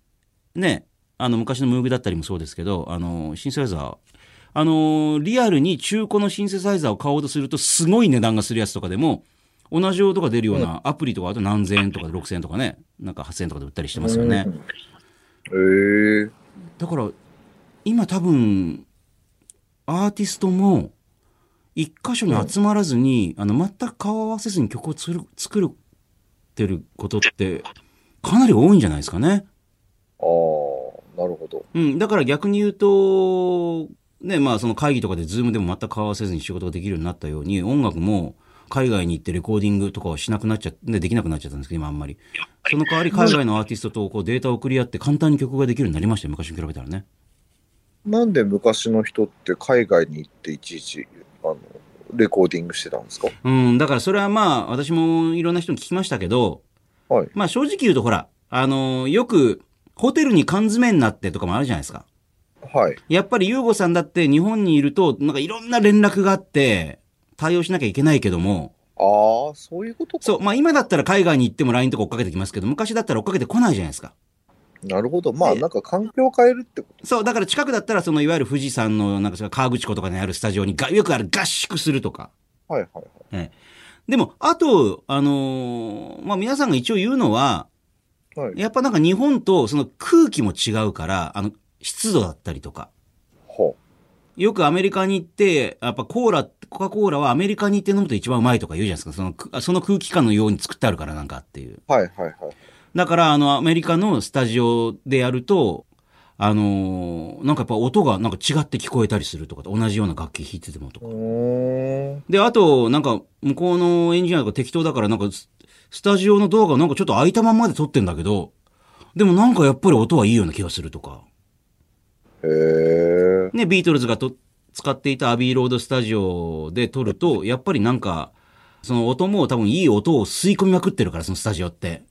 ね、あの、昔のムーグだったりもそうですけど、あのーシンセサイザー、あのーリアルに中古のシンセサイザーを買おうとすると、すごい値段がするやつとかでも、同じ音が出るようなアプリとか、あと何千円とか6000円とかね、なんか8000円とかで売ったりしてますよね。
うん。へえ。
だから、今多分、アーティストも、一箇所に集まらずに、あの、全く顔を合わせずに曲をつる作る、ってることって、かなり多いんじゃないですかね。
ああ、なるほど。
うん。だから逆に言うと、ね、まあその会議とかでズームでも全く顔合わせずに仕事ができるようになったように、音楽も海外に行ってレコーディングとかはしなくなっちゃって、ねできなくなっちゃったんですけど、今あんまり。その代わり海外のアーティストとこうデータを送り合って簡単に曲ができるようになりましたよ、昔に比べたらね。
なんで昔の人って海外に行っていちいちあのレコーディングしてたんですか
うん、だからそれはまあ、私もいろんな人に聞きましたけど、
はい。
まあ正直言うとほら、あのよく、ホテルに缶詰になってとかもあるじゃないですか。
はい。
やっぱりユーゴさんだって日本にいると、なんかいろんな連絡があって、対応しなきゃいけないけども、
ああ、そういうことか。
そう、まあ今だったら海外に行っても LINE とか追っかけてきますけど、昔だったら追っかけてこないじゃないですか。
なるほど。まあ、
で
なんか環境を変えるってこ
そう、だから近くだったらそのいわゆる富士山のなんかその河口湖とかにあるスタジオにがよくある合宿するとか。
と。はいはいはい。
でも、あと、あのーまあ皆さんが一応言うのは、
はい
やっぱなんか日本とその空気も違うから、あの、湿度だったりとか。
ほ
よくアメリカに行って、やっぱコーラ、コカ・コーラはアメリカに行って飲むと一番うまいとか言うじゃないですか。そのく、その空気感のように作ってあるからなんかっていう。
う。はいはいはい。
だから、あの、アメリカのスタジオでやると、あのーなんかやっぱ音がなんか違って聞こえたりするとか、同じような楽器弾いててもとか。
うーん。
で、あと、なんか、向こうのエンジニアとか適当だから、なんかス、スタジオの動画なんかちょっと開いたまんまで撮ってんだけど、でもなんかやっぱり音はいいような気がするとか。
へえ。
ね、ビートルズがと使っていたアビーロードスタジオで撮ると、やっぱりなんか、その音も多分いい音を吸い込みまくってるから、そのスタジオって。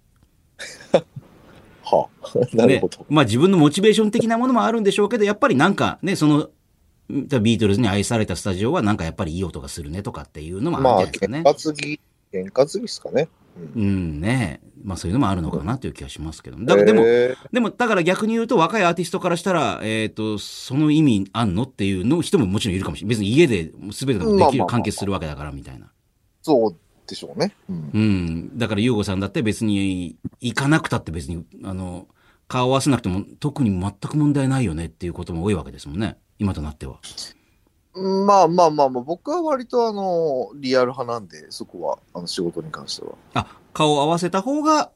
はあ。 なるほど
ね。まあ自分のモチベーション的なものもあるんでしょうけど、やっぱりなんかね、その、ビートルズに愛されたスタジオはなんかやっぱりいい音がするねとかっていうのも
ま
あ
あ、
るんじゃない
験
ですかね。
担ぎ、験担ぎですかね。う
う
ん
んね。まあそういうのもあるのかなという気がしますけど。だからでも、
へー
でもだから逆に言うと若いアーティストからしたら、えっ、と、その意味あんのっていうの人ももちろんいるかもしれない。別に家で全てが
まあま
で
あ
き
ま
る、
あ
完結するわけだからみたいな。
そうでしょうね。うん
うん。だから、ゆうごさんだって別に、行かなくたって別に、あの、顔を合わせなくても、特に全く問題ないよねっていうことも多いわけですもんね。今となっては。
まあまあまあまあ、僕は割とあの、リアル派なんで、そこは、あの、仕事に関しては。
あ、顔を合わせた方が、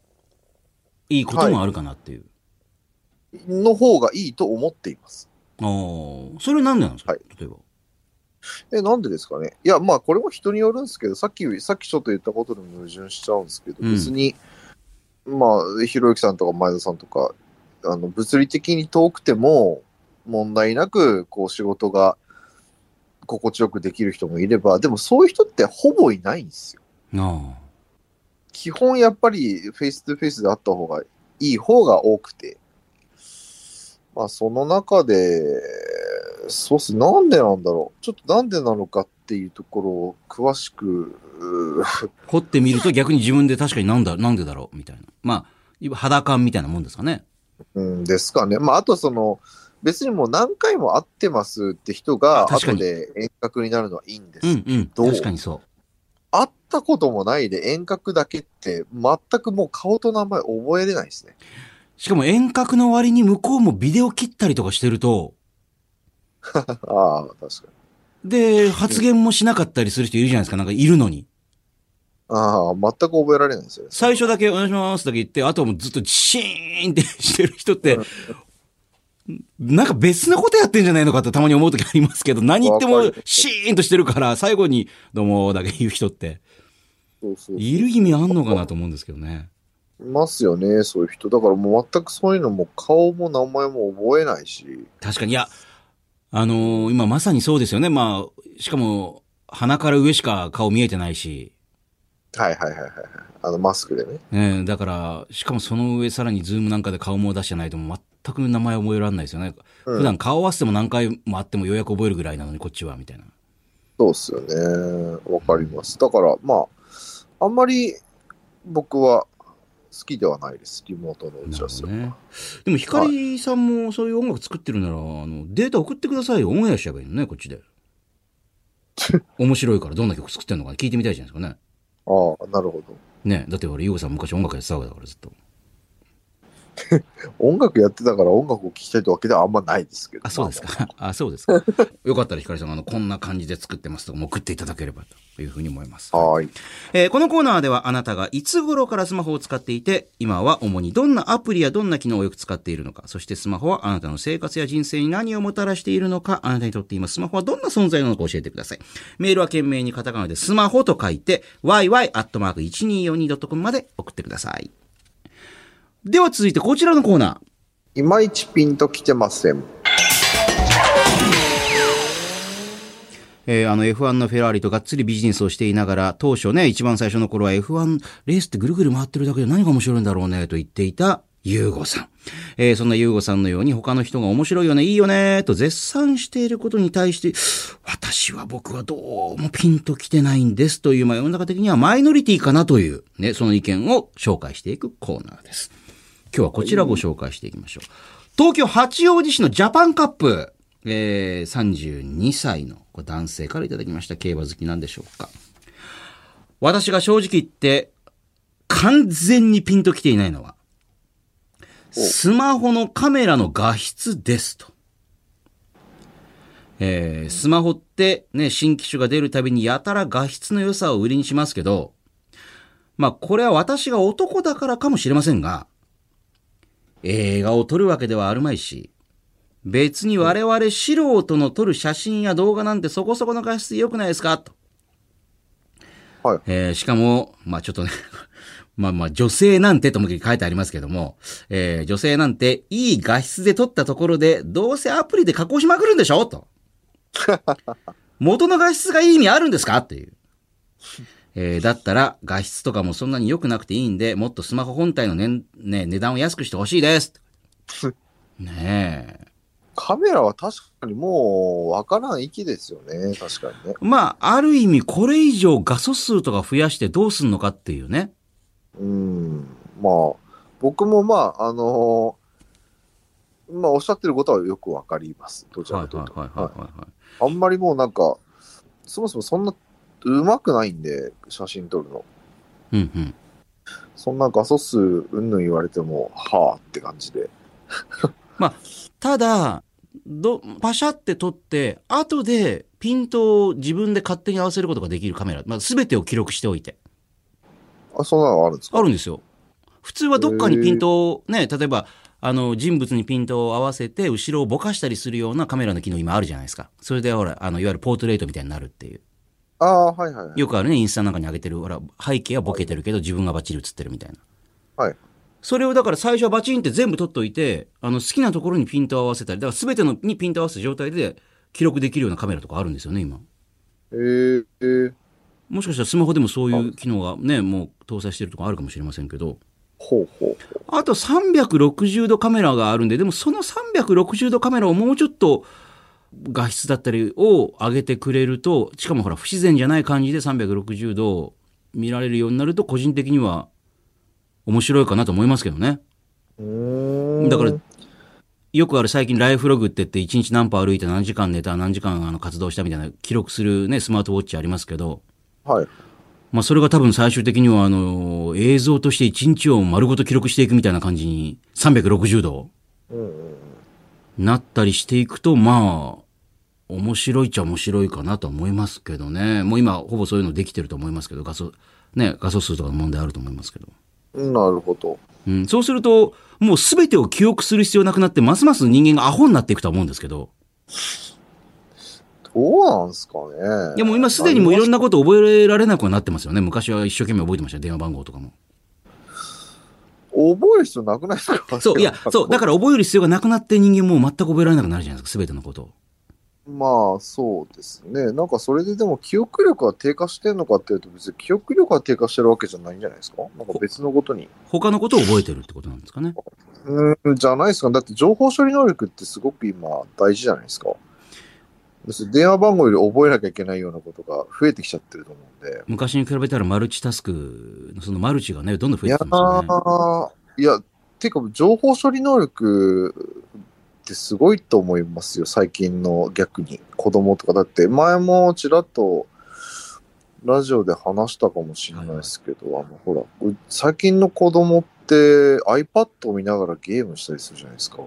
いいこともあるかなっていう。
の方がいいと思っています。
おーそれは何でなんですか、
はい
例えば。
え、なんでですかね。いや、まあ、これも人によるんですけど、さっき、さっきちょっと言ったことでも矛盾しちゃうんですけど、
うん
別に、まあ、ひろゆきさんとか前田さんとか、あの、物理的に遠くても、問題なく、こう、仕事が、心地よくできる人もいれば、でもそういう人ってほぼいないんですよ。
あ
基本やっぱり、フェイス2フェイスであった方が、いい方が多くて。まあ、その中で、そうっす。なんでなんだろう。ちょっとなんでなのかっていうところを詳しく、うー
あ。掘ってみると逆に自分で確かになんだ、なんでだろうみたいな。まあ、肌感みたいなもんですかね。
うんですかね。まあ、あとその、別にもう何回も会ってますって人が
あ、確か
後
に
で遠隔になるのはいいんです。
うんうん。
どう
確かにそ
会ったこともないで遠隔だけって、全くもう顔と名前覚えれないですね。
う。しかも遠隔の割に向こうもビデオ切ったりとかしてると、
ああ、確かに。
で、発言もしなかったりする人いるじゃないですか。なんかいるのに。
ああ、全く覚えられないですよね。
最初だけお願いしますだけ言って、あとはもうずっとシーンって してる人って、なんか別なことやってんじゃないのかってたまに思う時ありますけど、何言って
わか
も
る
シーンとしてるから、最後にどうもだけ言う人って、
そうそう
いる意味あんのかなと思うんですけどね。
いますよね、そういう人。だからもう全くそういうのも顔も名前も覚えないし。
確かに、いや、あのー今まさにそうですよね。まあ、しかも、鼻から上しか顔見えてないし、
はいはいはいはいはい。あのマスクでね。
ねえ、だから、しかもその上さらにズームなんかで顔も出してないともう全く名前覚えられないですよね。
うん
普段顔合わせても何回もあってもようやく覚えるぐらいなのにこっちは、みたいな。
そうっすよね。わかります。だからまあ、あんまり僕は好きではないです。リモートの打
な
ち合
る
わ
ほ
せ
ど
は。
ね。でも、ヒカリさんもそういう音楽作ってるなら、あの、データ送ってくださいよ。オンエアしちゃえばいいのね、こっちで。面白いからどんな曲作ってんのか聞いてみたいじゃないですかね。
ああ、なるほど。
ねえだって俺、ゆうごさん昔音楽やってたわけだから、ずっと。
音楽やってたから音楽を聴きたいってわけではあんまないですけど。
あ、そうですか。 あ、そうですか。よかったらヒカリさん、あの、こんな感じで作ってますとかも送っていただければというふうに思います。
まあまあ。はい。
えーこのコーナーではあなたがいつ頃からスマホを使っていて、今は主にどんなアプリやどんな機能をよく使っているのか、そしてスマホはあなたの生活や人生に何をもたらしているのか、あなたにとって今スマホはどんな存在なのか教えてください。メールは懸命にカタカナでスマホと書いて、yy.1242.com まで送ってください。では続いてこちらのコーナー。
いまいちピンときてません。
えーあの F1 のフェラーリとがっつりビジネスをしていながら、当初ね、一番最初の頃は F1 レースってぐるぐる回ってるだけで何が面白いんだろうねと言っていたゆうごさん。えーそんなゆうごさんのように他の人が面白いよね、いいよね、と絶賛していることに対して、私は僕はどうもピンときてないんですという、まあ世の中的にはマイノリティかなという、ね、その意見を紹介していくコーナーです。今日はこちらご紹介していきましょう。東京八王子市のジャパンカップ、えー、32歳のこれ男性からいただきました。競馬好きなんでしょうか。私が正直言って、完全にピンときていないのは、スマホのカメラの画質ですと。えースマホってね、新機種が出るたびにやたら画質の良さを売りにしますけど、まあこれは私が男だからかもしれませんが、映画を撮るわけではあるまいし、別に我々素人の撮る写真や動画なんてそこそこの画質良くないですかと。
はい
えーしかも、まあちょっとね、 まあまあ女性なんてとも書いてありますけども、えー女性なんていい画質で撮ったところで、どうせアプリで加工しまくるんでしょ と。元の画質がいい意味あるんですかっていう。えーだったら画質とかもそんなに良くなくていいんで、もっとスマホ本体の、ねね、値段を安くしてほしいです。ねえ。
カメラは確かにもうわからん域ですよね。確かにね。
まあ、ある意味これ以上画素数とか増やしてどうすんのかっていうね。
うん。まあ、僕もまあ、あのーまあ、おっしゃってることはよくわかります。どちら
はい
かという
はい
と。
はいはいはい。
あんまりもうなんか、そもそもそんな、うまくないんで、写真撮るの。
うんうん。
そんな画素数、うんぬん言われても、はあって感じで。
ただ、ど、パシャって撮って、後でピントを自分で勝手に合わせることができるカメラ。まあ、全てを記録しておいて。
あ、そんなのあるんですか
あるんですよ。普通はどっかにピントを、ね、例えば、あの、人物にピントを合わせて、後ろをぼかしたりするようなカメラの機能今あるじゃないですか。それで、ほら、あの、いわゆるポートレートみたいになるっていう。
ああ、はいはいはい。
よくあるね、インスタなんかに上げてる、ほら、背景はボケてるけど、自分がバッチリ写ってるみたいな。
はい。
それをだから最初はバチンって全部取っといて、あの、好きなところにピントを合わせたり、だから全てのにピントを合わせた状態で記録できるようなカメラとかあるんですよね、今。
えー、えー、
もしかしたらスマホでもそういう機能がね、もう搭載してるとかあるかもしれませんけど。
ほうほうほう。
あと360度カメラがあるんで、でもその360度カメラをもうちょっと画質だったりを上げてくれると、しかもほら不自然じゃない感じで360度見られるようになると個人的には面白いかなと思いますけどね。
うーん
だから、よくある最近ライフログって言って1日何歩歩いて何時間寝た何時間あの活動したみたいな記録するね、スマートウォッチありますけど、
はい。
まあそれが多分最終的にはあの、映像として1日を丸ごと記録していくみたいな感じに360度
うんうん。
なったりしていくと、まあ、面白いっちゃ面白いかなとは思いますけどね。もう今、ほぼそういうのできてると思いますけど、画素、ね、画素数とかの問題あると思いますけど。
なるほど。
うん、そうすると、もう全てを記憶する必要なくなって、ますます人間がアホになっていくとは思うんですけど。
どうなんすかね。
いや、もう今すでにもういろんなこと覚えられなくはなってますよね。昔は一生懸命覚えてましたよ電話番号とかも。
覚える必要なくないですか
そう、いや、そう、だから覚える必要がなくなって人間もう全く覚えられなくなるじゃないですか、全てのことを。
まあ、そうですね。なんかそれででも記憶力が低下してんのかっていうと、別に記憶力が低下してるわけじゃないんじゃないですかなんか別のことに。
他のことを覚えてるってことなんですかね。
うーん、じゃないですか。だって情報処理能力ってすごく今大事じゃないですか。要するに電話番号より覚えなきゃいけないようなことが増えてきちゃってると思うんで。
昔に比べたらマルチタスク、そのマルチがね、どんどん増
い
え
や
てきてますよね。
ー、いや、てか情報処理能力ってすごいと思いますよ。最近の逆に子供とか。だって前もちらっとラジオで話したかもしれないですけど、あの、ほら、う最近の子供って iPad を見ながらゲームしたりするじゃないですか。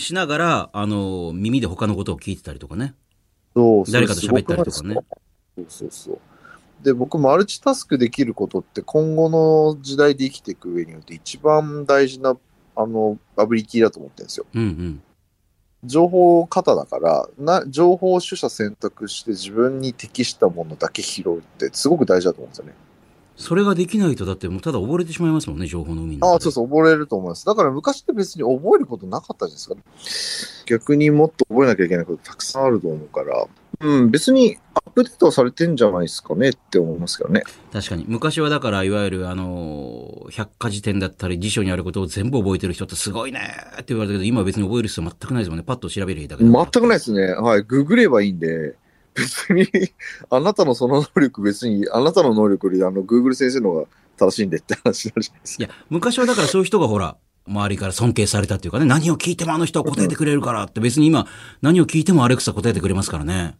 しながら、あの、耳で他のことを聞いてたりとかね。
そう、
誰かと喋ったりとかね
それすごくないですか。そうそうそう。で、僕、マルチタスクできることって今後の時代で生きていく上において一番大事な、あの、アビリティだと思ってるんですよ。
うんうん。
情報型だから、な、情報を取捨選択して自分に適したものだけ拾うってすごく大事だと思うんですよね。
それができないと、だってもうただ溺れてしまいますもんね、情報の海の中で。
ああ、そうそう、溺れると思います。だから昔って別に覚えることなかったじゃないですか。逆にもっと覚えなきゃいけないことたくさんあると思うから、うん、別にアップデートされてんじゃないですかねって思いますけどね。
確かに。昔はだから、いわゆる、あのー、百科事典だったり、辞書にあることを全部覚えてる人ってすごいねーって言われたけど、今は別に覚える必要全くないですもんね。パッと調べるだけ
全くない
い。
ですね。はい、ググればいいんで、別に、 あなたのその能力別に、あなたの能力より、あの、グーグル先生の方が正しいんでって話になるじゃないです
い
か。
や、昔はだからそういう人がほら、周りから尊敬されたっていうかね、何を聞いてもあの人は答えてくれるからって、別に今、何を聞いてもアレクサ答えてくれますからね。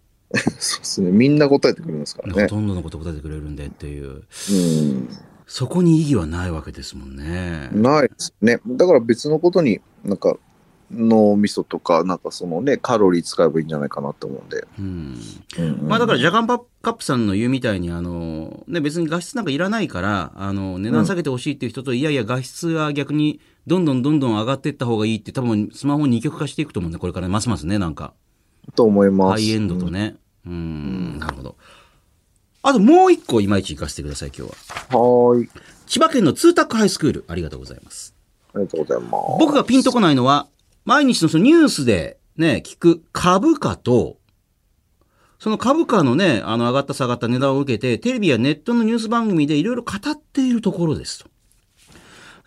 そうですね。みんな答えてくれますから
ほ
ね。
とんどのこと答えてくれるんでっていう。
うん。
そこに意義はないわけですもんね。
ないですね。だから別のことに、なんか、脳みそとか、なんかそのね、カロリー使えばいいんじゃないかなと思うんで。
うん。
うんうん
まあだから、ジャガンパカップさんの言うみたいに、あの、ね、別に画質なんかいらないから、あの、値段下げてほしいっていう人と、いやいや、画質は逆に、どんどんどんどん上がっていった方がいいって、多分、スマホ二極化していくと思うんで、これからねますますね、なんか。
と思います。
ハイエンドとね。うん、なるほど。あともう一個、いまいち行かせてください、今日は。
うん。はーい。
千葉県のツータックハイスクール、ありがとうございます。
ありがとうございます。
僕がピンとこないのは、毎日のそのニュースでね、聞く株価と、その株価のね、あの上がった下がった値段を受けて、テレビやネットのニュース番組でいろいろ語っているところですと。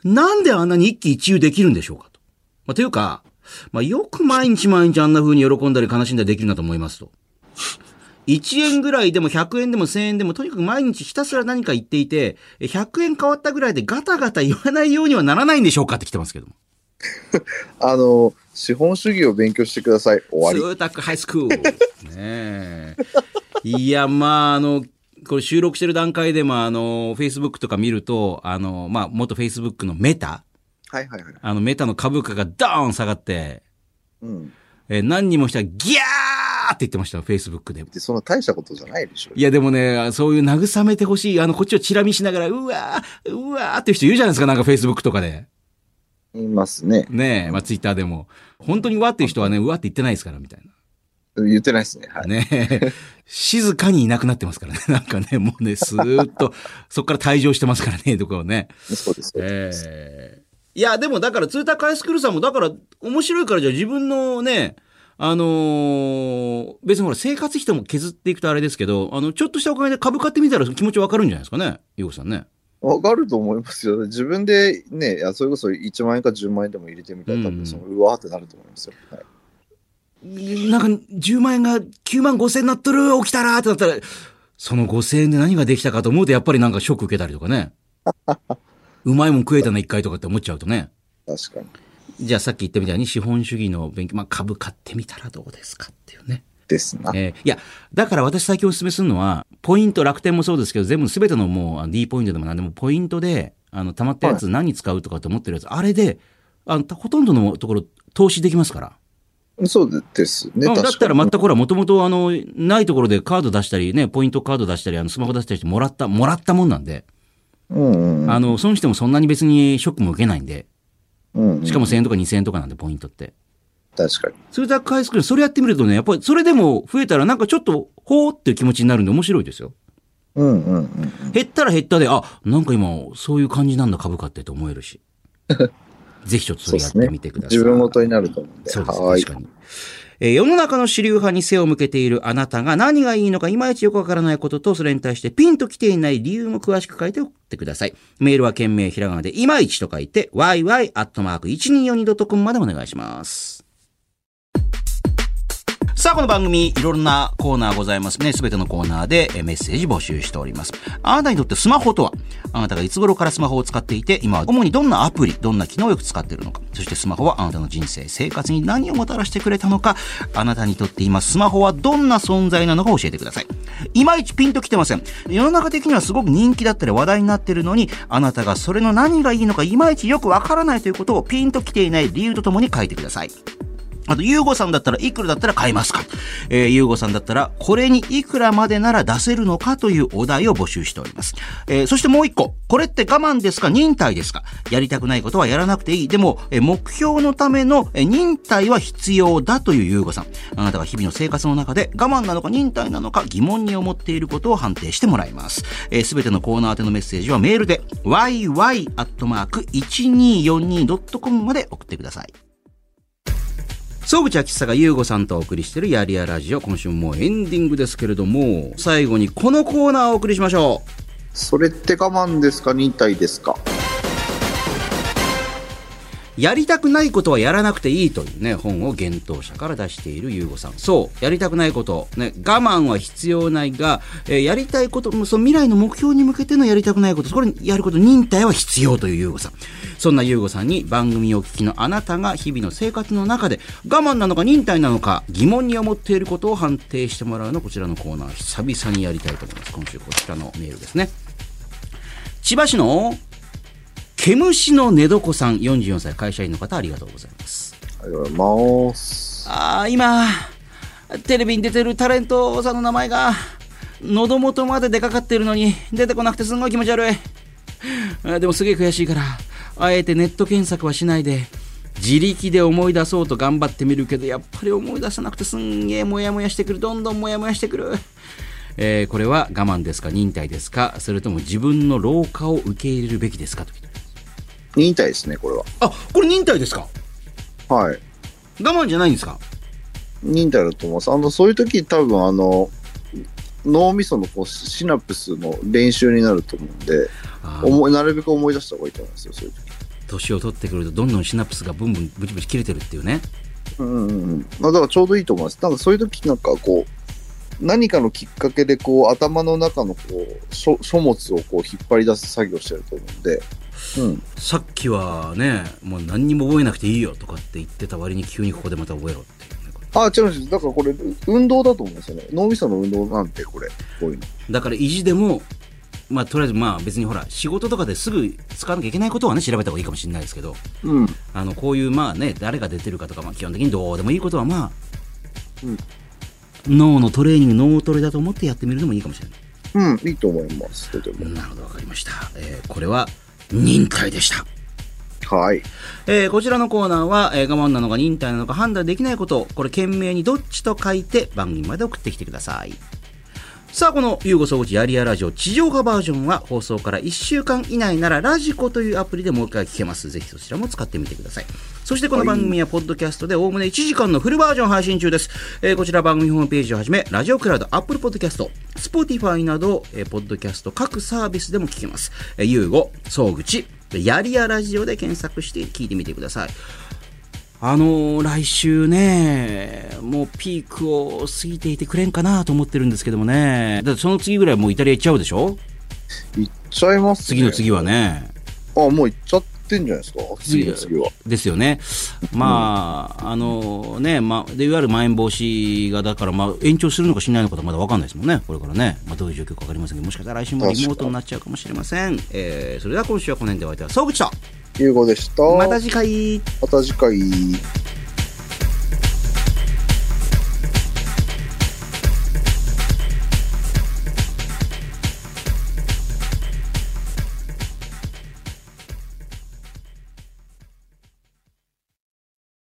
なんであんなに一喜一憂できるんでしょうかと。まあ、というか、まあ、よく毎日毎日あんな風に喜んだり悲しんだりできるなと思いますと。1円ぐらいでも100円でも1000円でもとにかく毎日ひたすら何か言っていて、100円変わったぐらいでガタガタ言わないようにはならないんでしょうかって来てますけども。
あの、資本主義を勉強してください。終わ
ツータックハイスクール。ねえ。いや、まあ、あの、これ収録してる段階でも、あの、Facebook とか見ると、あの、まあ、元 Facebook のメタ、
り。はいはいはい。
あの、メタの株価がダーン下がって、
うん。
えー何人もしたらギャーって言ってました、Facebook で。
で、そんな大したことじゃないでしょ。
いや、でもね、そういう慰めてほしい、あの、こっちをチラ見しながら、うわー、うわーっていう人いるじゃないですか、なんか Facebook とかで。
いますね。
ねえ、まあ、Twitter でも。本当にうわーっていう人はね、うわーって言ってないですから、みたいな。
言ってないですね。はい。
ねえ、静かにいなくなってますからね。 なんかね、もうね、スーッと、そこから退場してますからね、とかをね。
そうです。そうです
ええいや、でもだから、ツータカイスクールさんも、だから、面白いからじゃあ自分のね、あのー別にほら、生活費とも削っていくとあれですけど、あの、ちょっとしたお金で株買ってみたら気持ちわかるんじゃないですかね、ゆうこさんね。
わかると思いますよ。自分でね、いやそれこそ1万円か10万円でも入れてみたら、多分その、うわーってなると思いますよ。はい。
なんか、10万円が9万5千円なっとる、起きたらってなったら、その5千円で何ができたかと思うと、やっぱりなんかショック受けたりとかね。うまいもん食えたな、一回とかって思っちゃうとね。
確かに。
じゃあさっき言ったみたいに資本主義の勉強、まあ株買ってみたらどうですかっていうね。
ですな。
えーいや、だから私最近お勧めするのは、ポイント、楽天もそうですけど、全部全てのもうあの D ポイントでも何でもポイントで、あの、溜まったやつ何使うとかって思ってるやつ、あれで、あの、ほとんどのところ投資できますから。
そうですね。
うんだっ
確か
たら
に
全くほら、もともとあの、ないところでカード出したりね、ポイントカード出したり、あの、スマホ出したりしてもらった、もらったもんなんで、
うんうん
あの、損してもそんなに別にショックも受けないんで、
うんうん。
しかも1000円とか2000円とかなんで、ポイントって。
確かに。
それだけハイスクール、それやってみるとね、やっぱりそれでも増えたらなんかちょっと、ほーっていう気持ちになるんで面白いですよ。
うんうんうん。
減ったら減ったで、あ、なんか今、そういう感じなんだ株価ってと思える し。ぜひちょっとそれやってみてください。
自分ごとになると思うんで。
そうです
はー
ね、
い
確かに。えー世の中の主流派に背を向けているあなたが何がいいのかいまいちよくわからないことと、それに対してピンと来ていない理由も詳しく書いて送ってください。メールは件名ひらがなでいまいちと書いて、yy.1242.com までお願いします。さあ、この番組、いろんなコーナーございますね。すべてのコーナーでえーメッセージ募集しております。あなたにとってスマホとはあなたがいつ頃からスマホを使っていて、今は主にどんなアプリ、どんな機能をよく使っているのか、そしてスマホはあなたの人生、生活に何をもたらしてくれたのか、あなたにとって今スマホはどんな存在なのか教えてください。いまいちピンときてません。世の中的にはすごく人気だったり話題になっているのに、あなたがそれの何がいいのかいまいちよくわからないということをピンときていない理由とともに書いてください。あと、ゆうごさんだったらいくらだったら買えますかえー、ゆうごさんだったら、これにいくらまでなら出せるのかというお題を募集しております。えー、そしてもう一個。これって我慢ですか忍耐ですかやりたくないことはやらなくていい。でも、えー目標のための、えー忍耐は必要だというゆうごさん。あなたが日々の生活の中で我慢なのか忍耐なのか疑問に思っていることを判定してもらいます。えー、すべてのコーナー宛てのメッセージはメールで、yy.1242.com まで送ってください。総口秋さが優吾さんとお送りしているやりやラジオ今週もエンディングですけれども最後にこのコーナーをお送りしましょう
それって我慢ですか忍耐ですか
やりたくないことはやらなくていいというね本を幻冬者から出している優吾さんそうやりたくないこと、ね、我慢は必要ないが、えーやりたいこともうその未来の目標に向けてのやりたくないことこれやること忍耐は必要という優吾さんそんな優吾さんに番組をお聞きのあなたが日々の生活の中で我慢なのか忍耐なのか疑問に思っていることを判定してもらうのこちらのコーナー久々にやりたいと思います今週こちらのメールですね千葉市の毛虫の寝床さん44歳会社員の方ありがとうございます
ありがとうございます
あー今テレビに出てるタレントさんの名前が喉元まで出かかってるのに出てこなくてすんごい気持ち悪いあでもすげえ悔しいからあえてネット検索はしないで自力で思い出そうと頑張ってみるけどやっぱり思い出さなくてすんげえモヤモヤしてくるどんどんモヤモヤしてくる、えーこれは我慢ですか忍耐ですかそれとも自分の老化を受け入れるべきですかと聞いてます
忍耐ですねこれ
あこれ忍耐ですか
ははい
我慢じゃないんですか
忍耐だと思います。あの、そういう時多分あの、脳みそのこうシナプスの練習になると思うんで、
あー
思いなるべく思い出した方がいいと思いますよ、そういう時。
年を取ってくるとどんどんシナプスがブンブンブチブチ切れてるっていうね
うんうんうん。まあ、だからちょうどいいと思います。なんかそういう時なんかこう、何かのきっかけでこう、頭の中のこう、書書物をこう引っ張り出す作業してると思うんで、うん。
さっきはねもう何にも覚えなくていいよとかって言ってた割に急にここでまた覚えろっていうねこれ
あ、違うんです。だからこれ、運動だと思うんですよね。脳みその運動なんて、これ、こういうの。
だから意地でもまあとりあえずまあ別にほら仕事とかですぐ使わなきゃいけないことはね調べた方がいいかもしれないですけど
うん。
あのこういうまあね誰が出てるかとか、まあ、基本的にどうでもいいことはまあ、
うん
脳のトレーニング脳トレだと思ってやってみるのもいいかもしれない
うん、いいと思います。とても。
なるほどわかりました、えーこれは忍耐でした
はい。
えーこちらのコーナーは、えー我慢なのか忍耐なのか判断できないことを、これ懸命にどっちと書いて番組まで送ってきてください。さあ、この、ゆうごそうちやりやラジオ地上波バージョンは放送から1週間以内ならラジコというアプリでもう一回聞けます。ぜひそちらも使ってみてください。そしてこの番組はポッドキャストでおおむね1時間のフルバージョン配信中です。えーこちら番組ホームページをはじめ、ラジオクラウド、アップルポッドキャスト、スポティファイなど、えーポッドキャスト各サービスでも聞けます。えー、ゆうご、そうぐち、やりやラジオで検索して聞いてみてください。あのー来週ね、もうピークを過ぎていてくれんかなと思ってるんですけどもね。だってその次ぐらいもうイタリア行っちゃうでしょ
行っちゃいます、ね。
次の次はね。
あ、もう行っちゃってんじゃないですか。次の次は。
ですよね。まあ、あのね、まあ、で、いわゆるまん延防止が、だから、まあ、延長するのかしないのかとまだわかんないですもんね。これからね。まあ、どういう状況かわかりませんけど、もしかしたら来週もリモートになっちゃうかもしれません。えー、それでは今週はこの辺でお相手は、総口と、
英語でした。
また次回。
また次回。